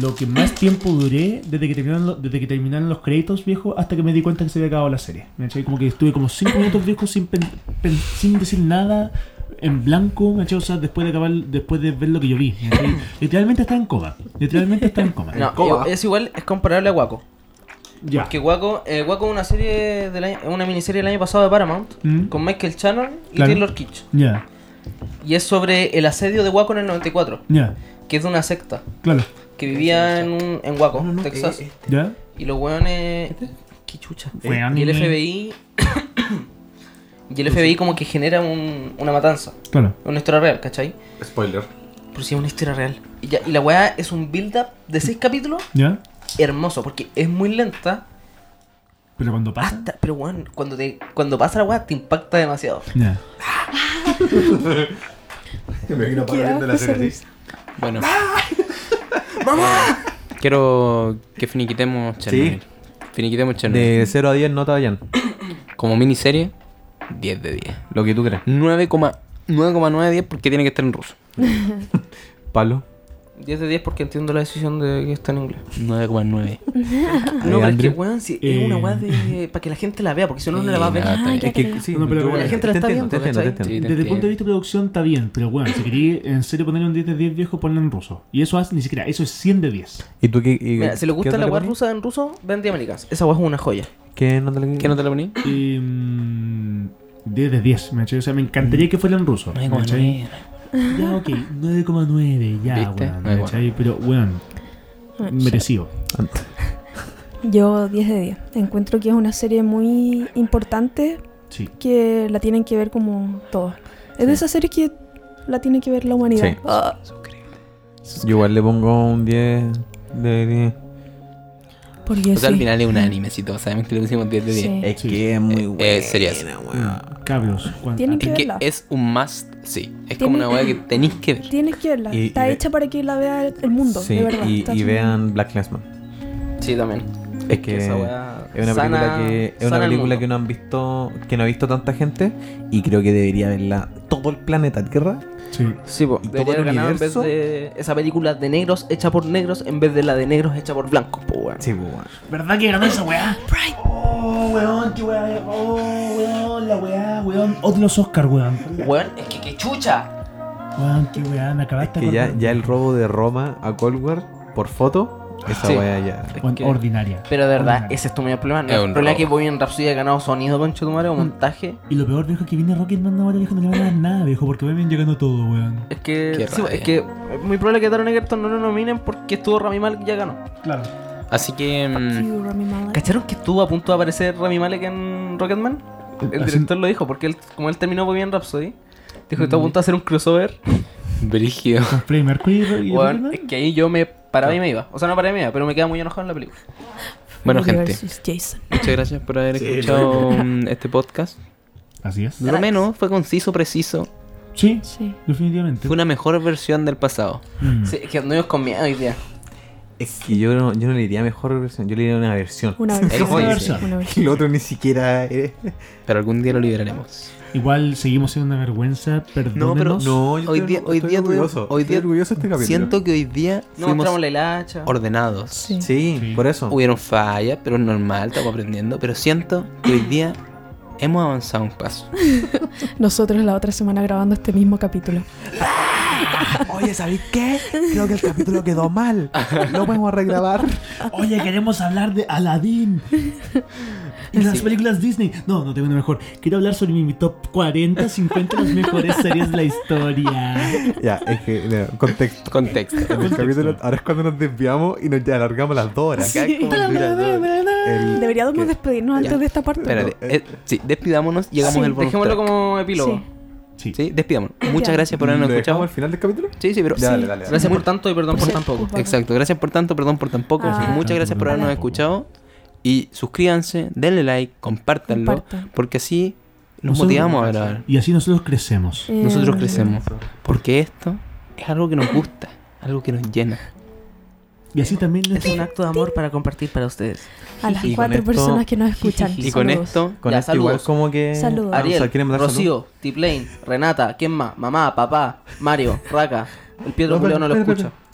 lo que más tiempo duré desde que, terminaron lo- desde que terminaron los créditos, viejo, hasta que me di cuenta que se había acabado la serie. ¿Me cachai? Como que estuve como 5 minutos, viejo, sin, pen- pen- sin decir nada, en blanco, ¿me cachai? O sea, después de, acabar, después de ver lo que yo vi. ¿me cachai? Literalmente está en coma. Literalmente está en coma. No, es es igual, es comparable a Waco. ya. Porque Waco, eh, Waco es una serie del año- es una miniserie del año pasado de Paramount Mm. con Michael Shannon y Claro. Taylor Kitsch. Ya, Y es sobre el asedio de Waco en el 94, ya, que es de una secta claro. que vivía en, un, en Waco, Texas. Ya. Y los hueones. ¡Qué chucha! Eh, Weón. Y el FBI. y el FBI, como que genera un- una matanza. Claro. Una historia real, ¿cachai? Spoiler. Pero sí es una historia real. Y, ya- y la weá es un build-up de seis capítulos Ya. hermoso, porque es muy lenta. Pero cuando pasa. Hasta, pero weón, cuando, te, cuando pasa la weá te impacta demasiado. Ya. Me imagino para Qué viendo la asco, serie así. Bueno. Eh, Quiero que finiquitemos Chernobyl. Finiquitemos Chernobyl. De 0 a 10 nota Dayan. Como miniserie, 10 de 10. Lo que tú creas. 9,910 porque tiene que estar en ruso. Pablo. 10 de 10 porque entiendo la decisión de que está en inglés. 9,9. No, pero es que Andrew. weón, si Eh. es una weá de. para que la gente la vea, porque si no, no la va a ver. Ah, está Ay, bien. ya Es que creo. sí, No, pero yo- la gente la te está entiendo, te entiendo, viendo, te ¿cachai? entiendo. Sí, Desde el punto entiendo. de vista de producción está bien, pero bueno, si quería en serio ponerle un 10 de 10 viejo, ponle en ruso. Y eso es ni siquiera, eso es 100 de 10. ¿Y tú qué? y- Mira, si le qué gusta nota la weá pones? rusa en ruso, vean The Americans. Esa weá es una joya. ¿Qué nota le ¿Qué no te lo poní? Y, mm, 10 de 10, ¿me cachai? O sea, me Mm. encantaría que fuera en ruso. ¿me cachai? Ya, ok, 9,9, ya, ¿Viste? weón, Nueve, ¿me cachai? Pero, weón, merecido. Yo 10 de 10. Encuentro que es una serie muy importante Sí. que la tienen que ver como todos. Es de esas series que la tiene que ver la humanidad. Sí. Ah, Yo igual le pongo un 10 de 10. porque O sea, al sí. final es un anime, si todos sabemos que le pusimos 10 de 10. Sí. Sí. que es Eh, eh, serías. Mm, Cabros, cuánto- Tienen Es que que verla. es un must, sí. Es Tiene- como una weá que tenéis que ver. Tienes que verla. Y- está y ve- hecha para que la vea el mundo, Sí, de verdad. y, Está y hecha- vean Black Clansman. Sí, también. Es que esa weá. Es una Sana- película, que, es sana una el película mundo. que no han visto, que no ha visto tanta gente y creo que debería verla todo el planeta Tierra. Sí. Sí, po. ¿Y todo Debería el haber ganado en vez universo? de esa película de negros hecha por negros en vez de la de negros hecha por blancos, po, weón. Sí, pues, weón. ¿Verdad que ganó esa weá? Oh, weón, qué weá. Oh, weón, la weá, weón. Otro los Oscar, weón. Weón, es que qué chucha. Weón, qué weá, me acabaste que ya, acordar. ya el robo de Roma a Colward por foto, esa Sí. weá ya. Weón, que- ordinaria. Pero de Mm. verdad, Ordinaria. ese es tu mayor problema. No Es el un problema robo. que voy en Rhapsody ha ganado sonido, concha tu Mm. madre, o montaje. Y lo peor, viejo, que viene Rocketman ahora, viejo, no le van a dar nada, viejo, porque ven llegando todo, weón. Es que, Qué sí, po, rabia. es que es muy probable que Taron Egerton no lo nominen porque estuvo Rami Malek y ya ganó. Claro. Así que. mm, You, Rami Malek. ¿Cacharon que estuvo a punto de aparecer Rami Malek en Rocketman? El Así- director lo dijo, porque él, como él terminó muy bien Rhapsody, dijo que Mm. estuvo a punto de hacer un crossover. Brígido. Con Freddie Mercury y Weón, es Rocketman. que ahí yo me paraba y me iba. O sea, no paraba y me iba, pero me quedaba muy enojado en la película. Mm. Bueno, Freddy gente, versus Jason. muchas gracias por haber escuchado mm, este podcast. Así es. Lo menos fue conciso, preciso. Sí, Sí. definitivamente. Fue una mejor versión del pasado. Mm. Sí, es que anduvimos con miedo hoy día. Es que yo no, yo no le diría mejor versión, yo le diría una versión. Una Es como versión. dice. Una Y versión. lo otro ni siquiera. eh. Pero algún día lo liberaremos. Igual seguimos siendo una vergüenza, perdónenos. No, yo Hoy estoy- día- hoy estoy día tuve- orgulloso, hoy estoy día orgulloso de este capítulo. Siento que hoy día No fuimos mostramos la hacha. ordenados. Sí. Sí, Sí. por eso. Ah. Hubieron fallas, pero es normal, estamos aprendiendo. Pero siento que hoy día hemos avanzado un paso. Nosotros la otra semana grabando este mismo capítulo. Oye, ¿sabéis qué? Creo que el capítulo quedó mal. Lo podemos regrabar. Oye, queremos hablar de Aladdin. Y las películas Disney. No, no tengo una mejor. Quiero hablar sobre mi top 40, 50 las mejores series de la historia. Ya, es que, mira, contexto. Contexto. En el capítulo, ahora es cuando nos desviamos y nos ya alargamos las dos horas. Acá es como el durador. El- Deberíamos que- despedirnos Ya. antes de esta parte. Espérate, eh, sí, despidámonos, llegamos Sí, al bonus Dejémoslo track. como epílogo. Sí. Sí. Sí, despidámonos. Muchas gracias por habernos ¿Lo dejamos escuchado. al final del capítulo? Sí, sí, pero. Ya, dale, dale. dale. Gracias Em, por tanto y perdón por tan poco. Exacto, gracias por tanto, perdón por tampoco. Ah. Muchas gracias por habernos Hola. escuchado. Y suscríbanse, denle like, compártanlo, Compartan. porque así nos Nosotros- motivamos a grabar. Y así nosotros crecemos. Eh, Nosotros crecemos. Porque esto es algo que nos gusta, algo que nos llena. Y así también Es un acto de amor para compartir para ustedes. A las Y con cuatro esto- personas que nos escuchan. Y con Saludos. esto, Con Ya, esto igual saludos. como que... Saludos. Ah, o sea, Ariel, ¿quieren mandar saludos? Rocío, T-Plane, Renata, ¿quién más? Mamá, papá, Mario, Raka. El Pietro No, Julio no lo espera, espera, escucha.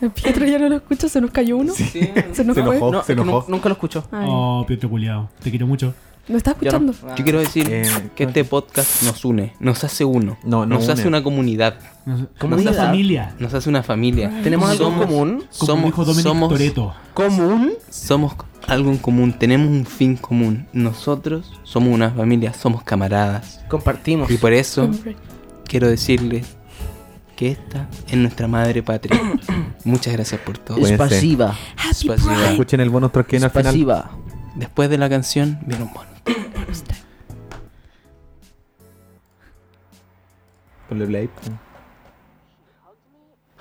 El Pietro ya no lo escucha, se nos cayó uno. Sí. Se nos Se fue. enojó, No, Oh, se es que nu- enojó. nunca lo escucho. Ay, Oh, Pietro Culeado. Te quiero mucho. ¿No está escuchando? yo quiero decir Eh, que este podcast nos une, nos hace uno, No, no nos hace une. una comunidad, Nos- ¿Cómo nuestra diga? familia. nos hace una familia. ¿Tenemos algo en Somos- común? Como dijo Somos, Dominic somos, Toretto. ¿Común? somos algo en común, tenemos un fin común. Nosotros somos una familia, somos camaradas. Compartimos. Y por eso hombre. quiero decirles que esta es nuestra madre patria. Muchas gracias por todo. Bueno. Es pasiva. Happy Pues, Pride. ya. Escuchen el bonus track pues, que viene Es al final. pasiva. Después de la canción, viene un bono. Ponle play.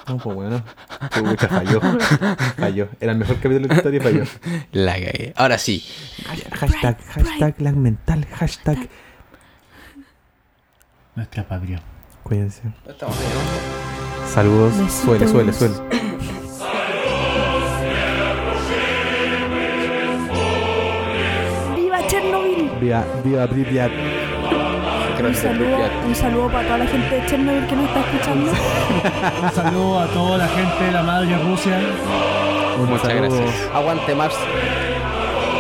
No, pues bueno. Pucha, falló. Falló. Era el mejor capítulo de la historia y falló. La cagué. Ahora sí. Hashtag, hashtag lag mental, hashtag. Nuestra patria. Cuídense. Saludos. Besitos. Suele, suele, suele. ¡Viva Chernobyl! Viva, viva, viva. Un saludo, un saludo para toda la gente de Chernobyl que nos está escuchando. Un saludo a toda la gente de la madre Rusia. Un Muchas saludo. gracias. Aguante, Mars.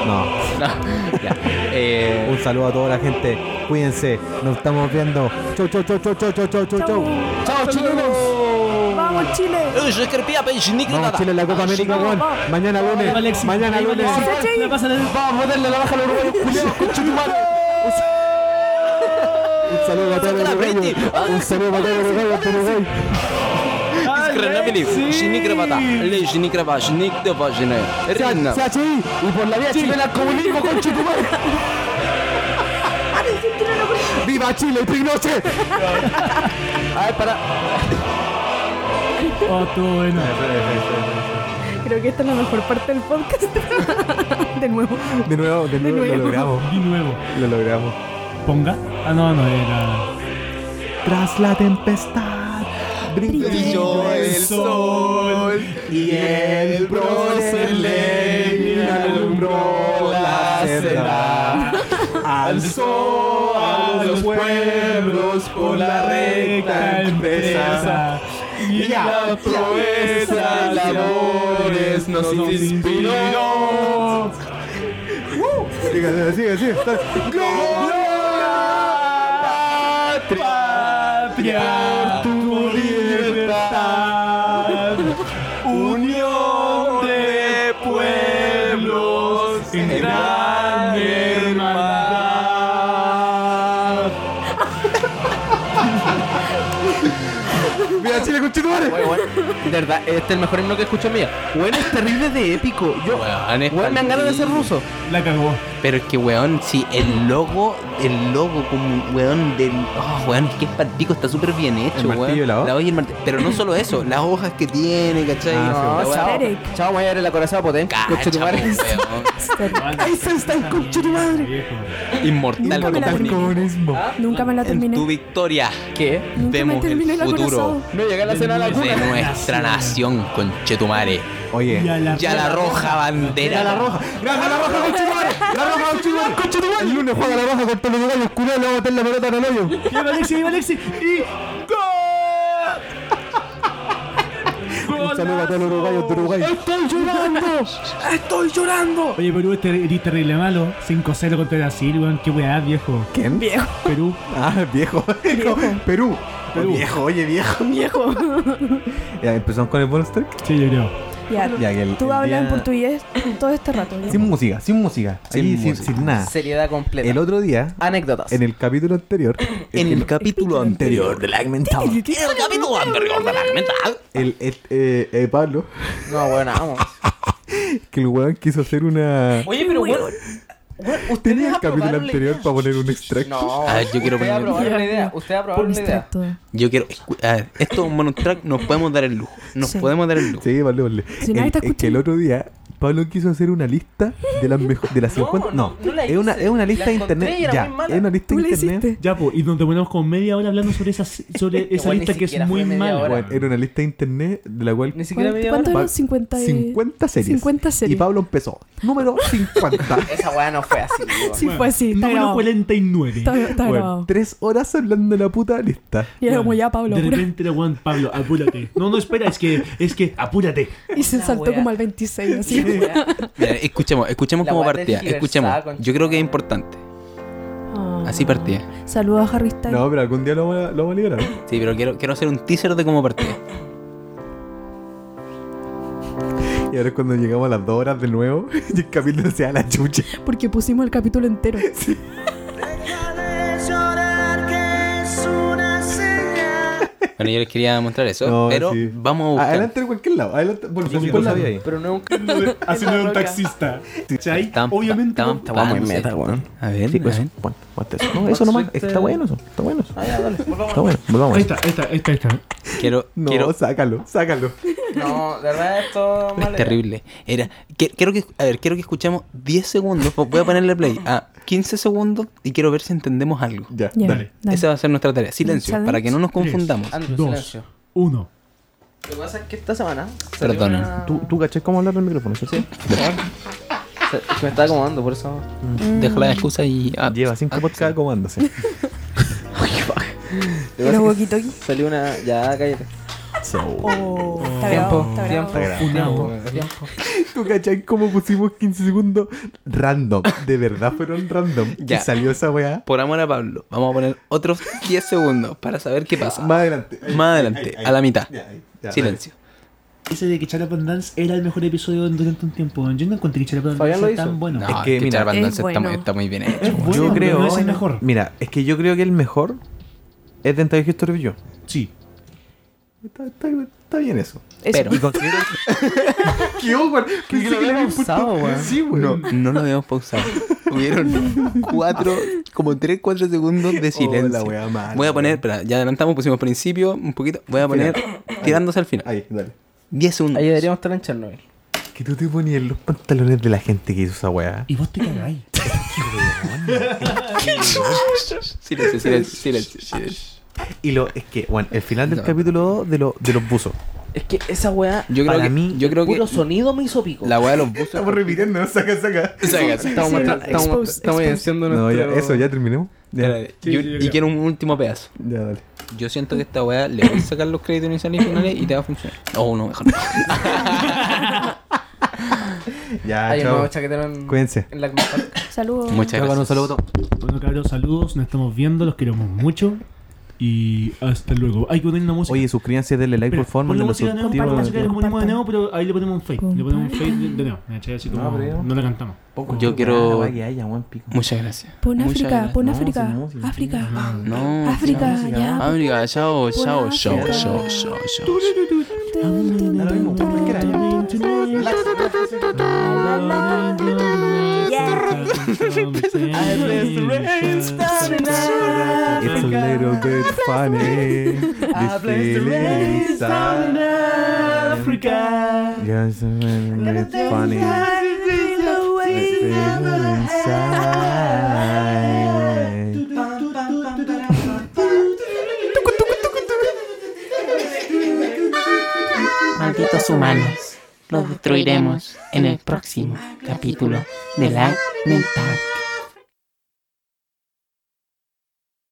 No. Un saludo a toda la gente. Cuídense. Nos estamos viendo. Chau, chau, chau, chau, chau, chau, chau, chau, chau. ¡Chao, chilenos! ¡Vamos, Chile! Vamos, Chile, la Copa América, weón. Mañana lunes. Alexis. Mañana Alexis. lunes. Le pasa la- Vamos a darle la baja a los uruguayos, culiados, concha tu madre. Un sa- Un saludo a todos los uruguayos. Un saludo a todos los uruguayos de Uruguay. Sea- sea chi, y por la vía chilena al comunismo, concha tu madre. ¡Viva Chile, Pinochet! Oh, tú, bueno. Creo que esta es la mejor parte del podcast. de nuevo. De nuevo, de nuevo, nuevo. lo logramos. Y nuevo. Lo logramos. Ponga. Ah, no, no era. Tras la tempestad, brilló el sol y el bronce leña alumbró la alzó a los pueblos por la recta empresa. Y la proeza de amores nos inspiró. Sigue, sigue, sigue. Gloria patria, tu libertad. Unión de pueblos en gran hermandad. Mira, Chile, con Bueno, bueno, de verdad, este es el mejor himno que escucho en mi vida. Bueno, es terrible de épico. Yo, Weón, es weón, me han ganas de ser ruso. La cagó. Pero es que, weón, si el logo, el logo como, weón, del... Oh, weón, es que es palpico, está súper bien hecho, El weón. martillo y la hoja. y el martillo. Pero no solo eso, las hojas que tiene, ¿cachai? La Ah, sí, No, weá- chao. Eric. Chao, voy a ir a la corazón potente. Cacha, Coche tu madre. po, weón. Ahí se está el conche tu madre. Inmortal Nunca me la Company. terminé. ¿Ah? Nunca me la En tu terminé. victoria ¿Qué? Nunca me vemos terminé el la futuro corazón. No llegué a la cena a la de cuna. nuestra nación, conchetumare. Oye. Ya la roja bandera. Era la roja. ¡Grande la roja, conchetumare! ¡La roja, conchetumare! ¡Conchetumare! El lunes juega la roja con pelo de gallo, culo, le va a meter la pelota en el hoyo. Viva Alexi, viva Alexi. Y. Un saludo a todos los uruguayos de Uruguay. Oye, Perú es, terri- eres terrible malo. 5-0 contra Brasil, weón. Qué weá, viejo. ¿Quién? Viejo, Perú. Ah, viejo. Perú. Perú. Viejo, oye, viejo. viejo. Ya, empezamos con el bonus track. Sí, yo creo. Ya, Ya que el- tú el hablas en día- portugués todo este rato. ya. Sin música, sin música. Ahí Sin Sin, música. sin nada. Seriedad completa. El otro día, Anécdotas. en el capítulo anterior, En el capítulo anterior de la el, El capítulo anterior de la mental. el- eh, eh, Pablo, No, bueno, vamos. que el weón quiso hacer una. Oye, pero weón. weón, ¿ustedes Tenía el capítulo aprobaron la anterior idea? para poner un extracto. No, Ah, yo quiero Ustedes poner- aprobaron la idea. Ustedes aprobaron la idea. Abstracto. Yo quiero. escu- a ver, esto es un bonus track, nos podemos dar el lujo. Nos Sí. podemos dar el lujo. Sí, vale, vale. Si nadie El- está es que el escuchando. otro día Pablo quiso hacer una lista de las mejo- de las No, 50, no, no la es una hice. es una lista La de encontré internet, y era ya, muy mala. es una lista Tú de le internet. hiciste. Ya, pues, y nos demoramos como media hora hablando sobre esa, sobre esa Igual Este ni lista que es siquiera muy fue media mala. hora. Bueno, era una lista de internet de la cual Ni siquiera me ¿Cuánto- ¿Cuánto Pa- eran? 50 y- 50 series. 50 series. Y Pablo empezó, número 50. Esa weá no fue así, weón. Sí, fue así, está Número grabado. 49. Está, está Bueno, grabado. tres horas hablando de la puta lista. Y era como ya, Pablo, De apura. repente era Juan Pablo, apúrate. No, no, espera, es que, es que, apúrate. Y se La saltó wea. como al 26, así. Sí, weá. Mira, escuchemos, escuchemos La cómo guarda partía. es Escuchemos. diversada, concha Yo creo que es madre. importante. Ah. Así partía. Saludos a Harry Styles. No, pero algún día lo vamos a, lo vamos a liberar. ¿no? Sí, pero quiero, quiero hacer un teaser de cómo partía. Y ahora es cuando llegamos a las dos horas de nuevo y el capítulo se da la chucha. Porque pusimos el capítulo entero. Bueno, yo les quería mostrar eso, No, pero sí. vamos a buscar. Adelante en cualquier lado. Adelante. Bueno, Yo por lo la- sabía ahí. Pero no es un Haciendo de un roca. taxista. ¿Cachai? Estaban- Obviamente. estaban- no. estaban muy meta, weón. A ver, a ver. pues, Bueno, aguanta eso. No, eso nomás. suerte. Está bueno eso. Está bueno eso. Ah, ya, dale. Volvamos. Está bueno. Volvamos. Ahí está, ahí está, ahí está, ahí está. Quiero, No, quiero, sácalo, sácalo. No, de verdad esto Es terrible. Era, que- quiero que, a ver, quiero que escuchemos 10 segundos. po- Voy a ponerle play a 15 segundos y quiero ver si entendemos algo. Ya, Ya, dale. Esa va a ser nuestra tarea. Silencio, Challenge. para que no nos confundamos. Andrew, Dos, silencio. uno. Lo que pasa es que esta semana. salió Perdón. una- Tú, tú caché cómo hablar del micrófono, ¿cierto? Se- se Me estaba acomodando, por eso. Deja la excusa y. ah, Lleva cinco ah, podcasts acomodándose. Lo que Los pasa es que walkie-talkie. Salió una. Ya, cállate. So. Oh, está grabado, Tiempo, está grabado. tiempo, tiempo, tiempo. ¿Tú cachai cómo pusimos 15 segundos random? De verdad fueron random. Ya. Y salió esa weá. Por amor a Pablo, vamos a poner otros 10 segundos para saber qué pasa. Más adelante. Ahí, Más ahí, adelante, ahí, a la mitad. Ya, ahí, ya, Silencio. Ese de que Charapan Dance era el mejor episodio durante un tiempo. Yo no encontré que Charapan Dance Fabián lo era tan hizo. bueno. No, Es es que, que, mira, Charvan es Dance está, bueno. muy- está muy bien hecho. Es bueno, Yo pero creo. no es el mejor. Mira, es que yo creo que el mejor es Dental History Review. Sí. Está, está, está bien eso. Eso. Pero- Y considero. ¡Qué ojo! Pensé lo habíamos usado, weón. Sí, No, weón. no lo habíamos pausado. Hubieron cuatro, como tres, cuatro segundos de silencio. la wea mala, Voy a poner, weón. espera, ya adelantamos, pusimos principio, un poquito. Voy a poner tirándose al final. Ahí, dale. 10 segundos. Ahí deberíamos estar en Chernobyl. Que tú te ponías los pantalones de la gente que hizo esa weá. Y vos te cagáis. Silencio, silencio, silencio, silencio. Y lo, es que, bueno, el final del No. capítulo 2 de, lo- de los buzos. Es que esa weá, Yo creo Para que, mí, yo creo que puro sonido me hizo pico. la weá de los buses. Estamos repitiendo, saca, saca. O sea, que- Estamos, Sí, mostrando- expose, estamos, estamos expose. evidenciando No, ya, nuestro- eso, ya terminemos. Ya, Yo- Sí, sí, yo y creo. quiero un último pedazo. ya, dale. Yo siento que esta weá le voy a sacar los créditos iniciales y finales y te va a funcionar. Oh, no, mejor. no. Ya, Hay un chao. nuevo chaquetero en, Cuídense. en la comarca. Saludos. Muchas Chao, con un gracias. saludo. Bueno, cabros, saludos. Nos estamos viendo. Los queremos mucho. Y hasta luego. Hay que poner una música. Oye, suscríbanse, denle like Espera, por favor. pon mándenlo la a música sus de nuevo, tíos. pon la música de nuevo, ponemos de Compartan. nuevo, pero ahí le ponemos un fade. Le ponemos un fade de de nuevo. ¿cachai? Así como, No, pero- no la cantamos. Yo quiero- Ah, que haya, weón, pico. Muchas gracias. Pon Muchas África, gracias. Ah, pon No, África. si no, si no. África. No. África, sí, ya. Ah, África, chao, Buena chao, chao, África. chao, chao, chao. Da lo mismo, cualquiera, ya. It's a little bit funny. I The bless the rain feelings down in are- Africa. Yes, it's funny. Malditos humanos, los destruiremos en el próximo capítulo de la mental.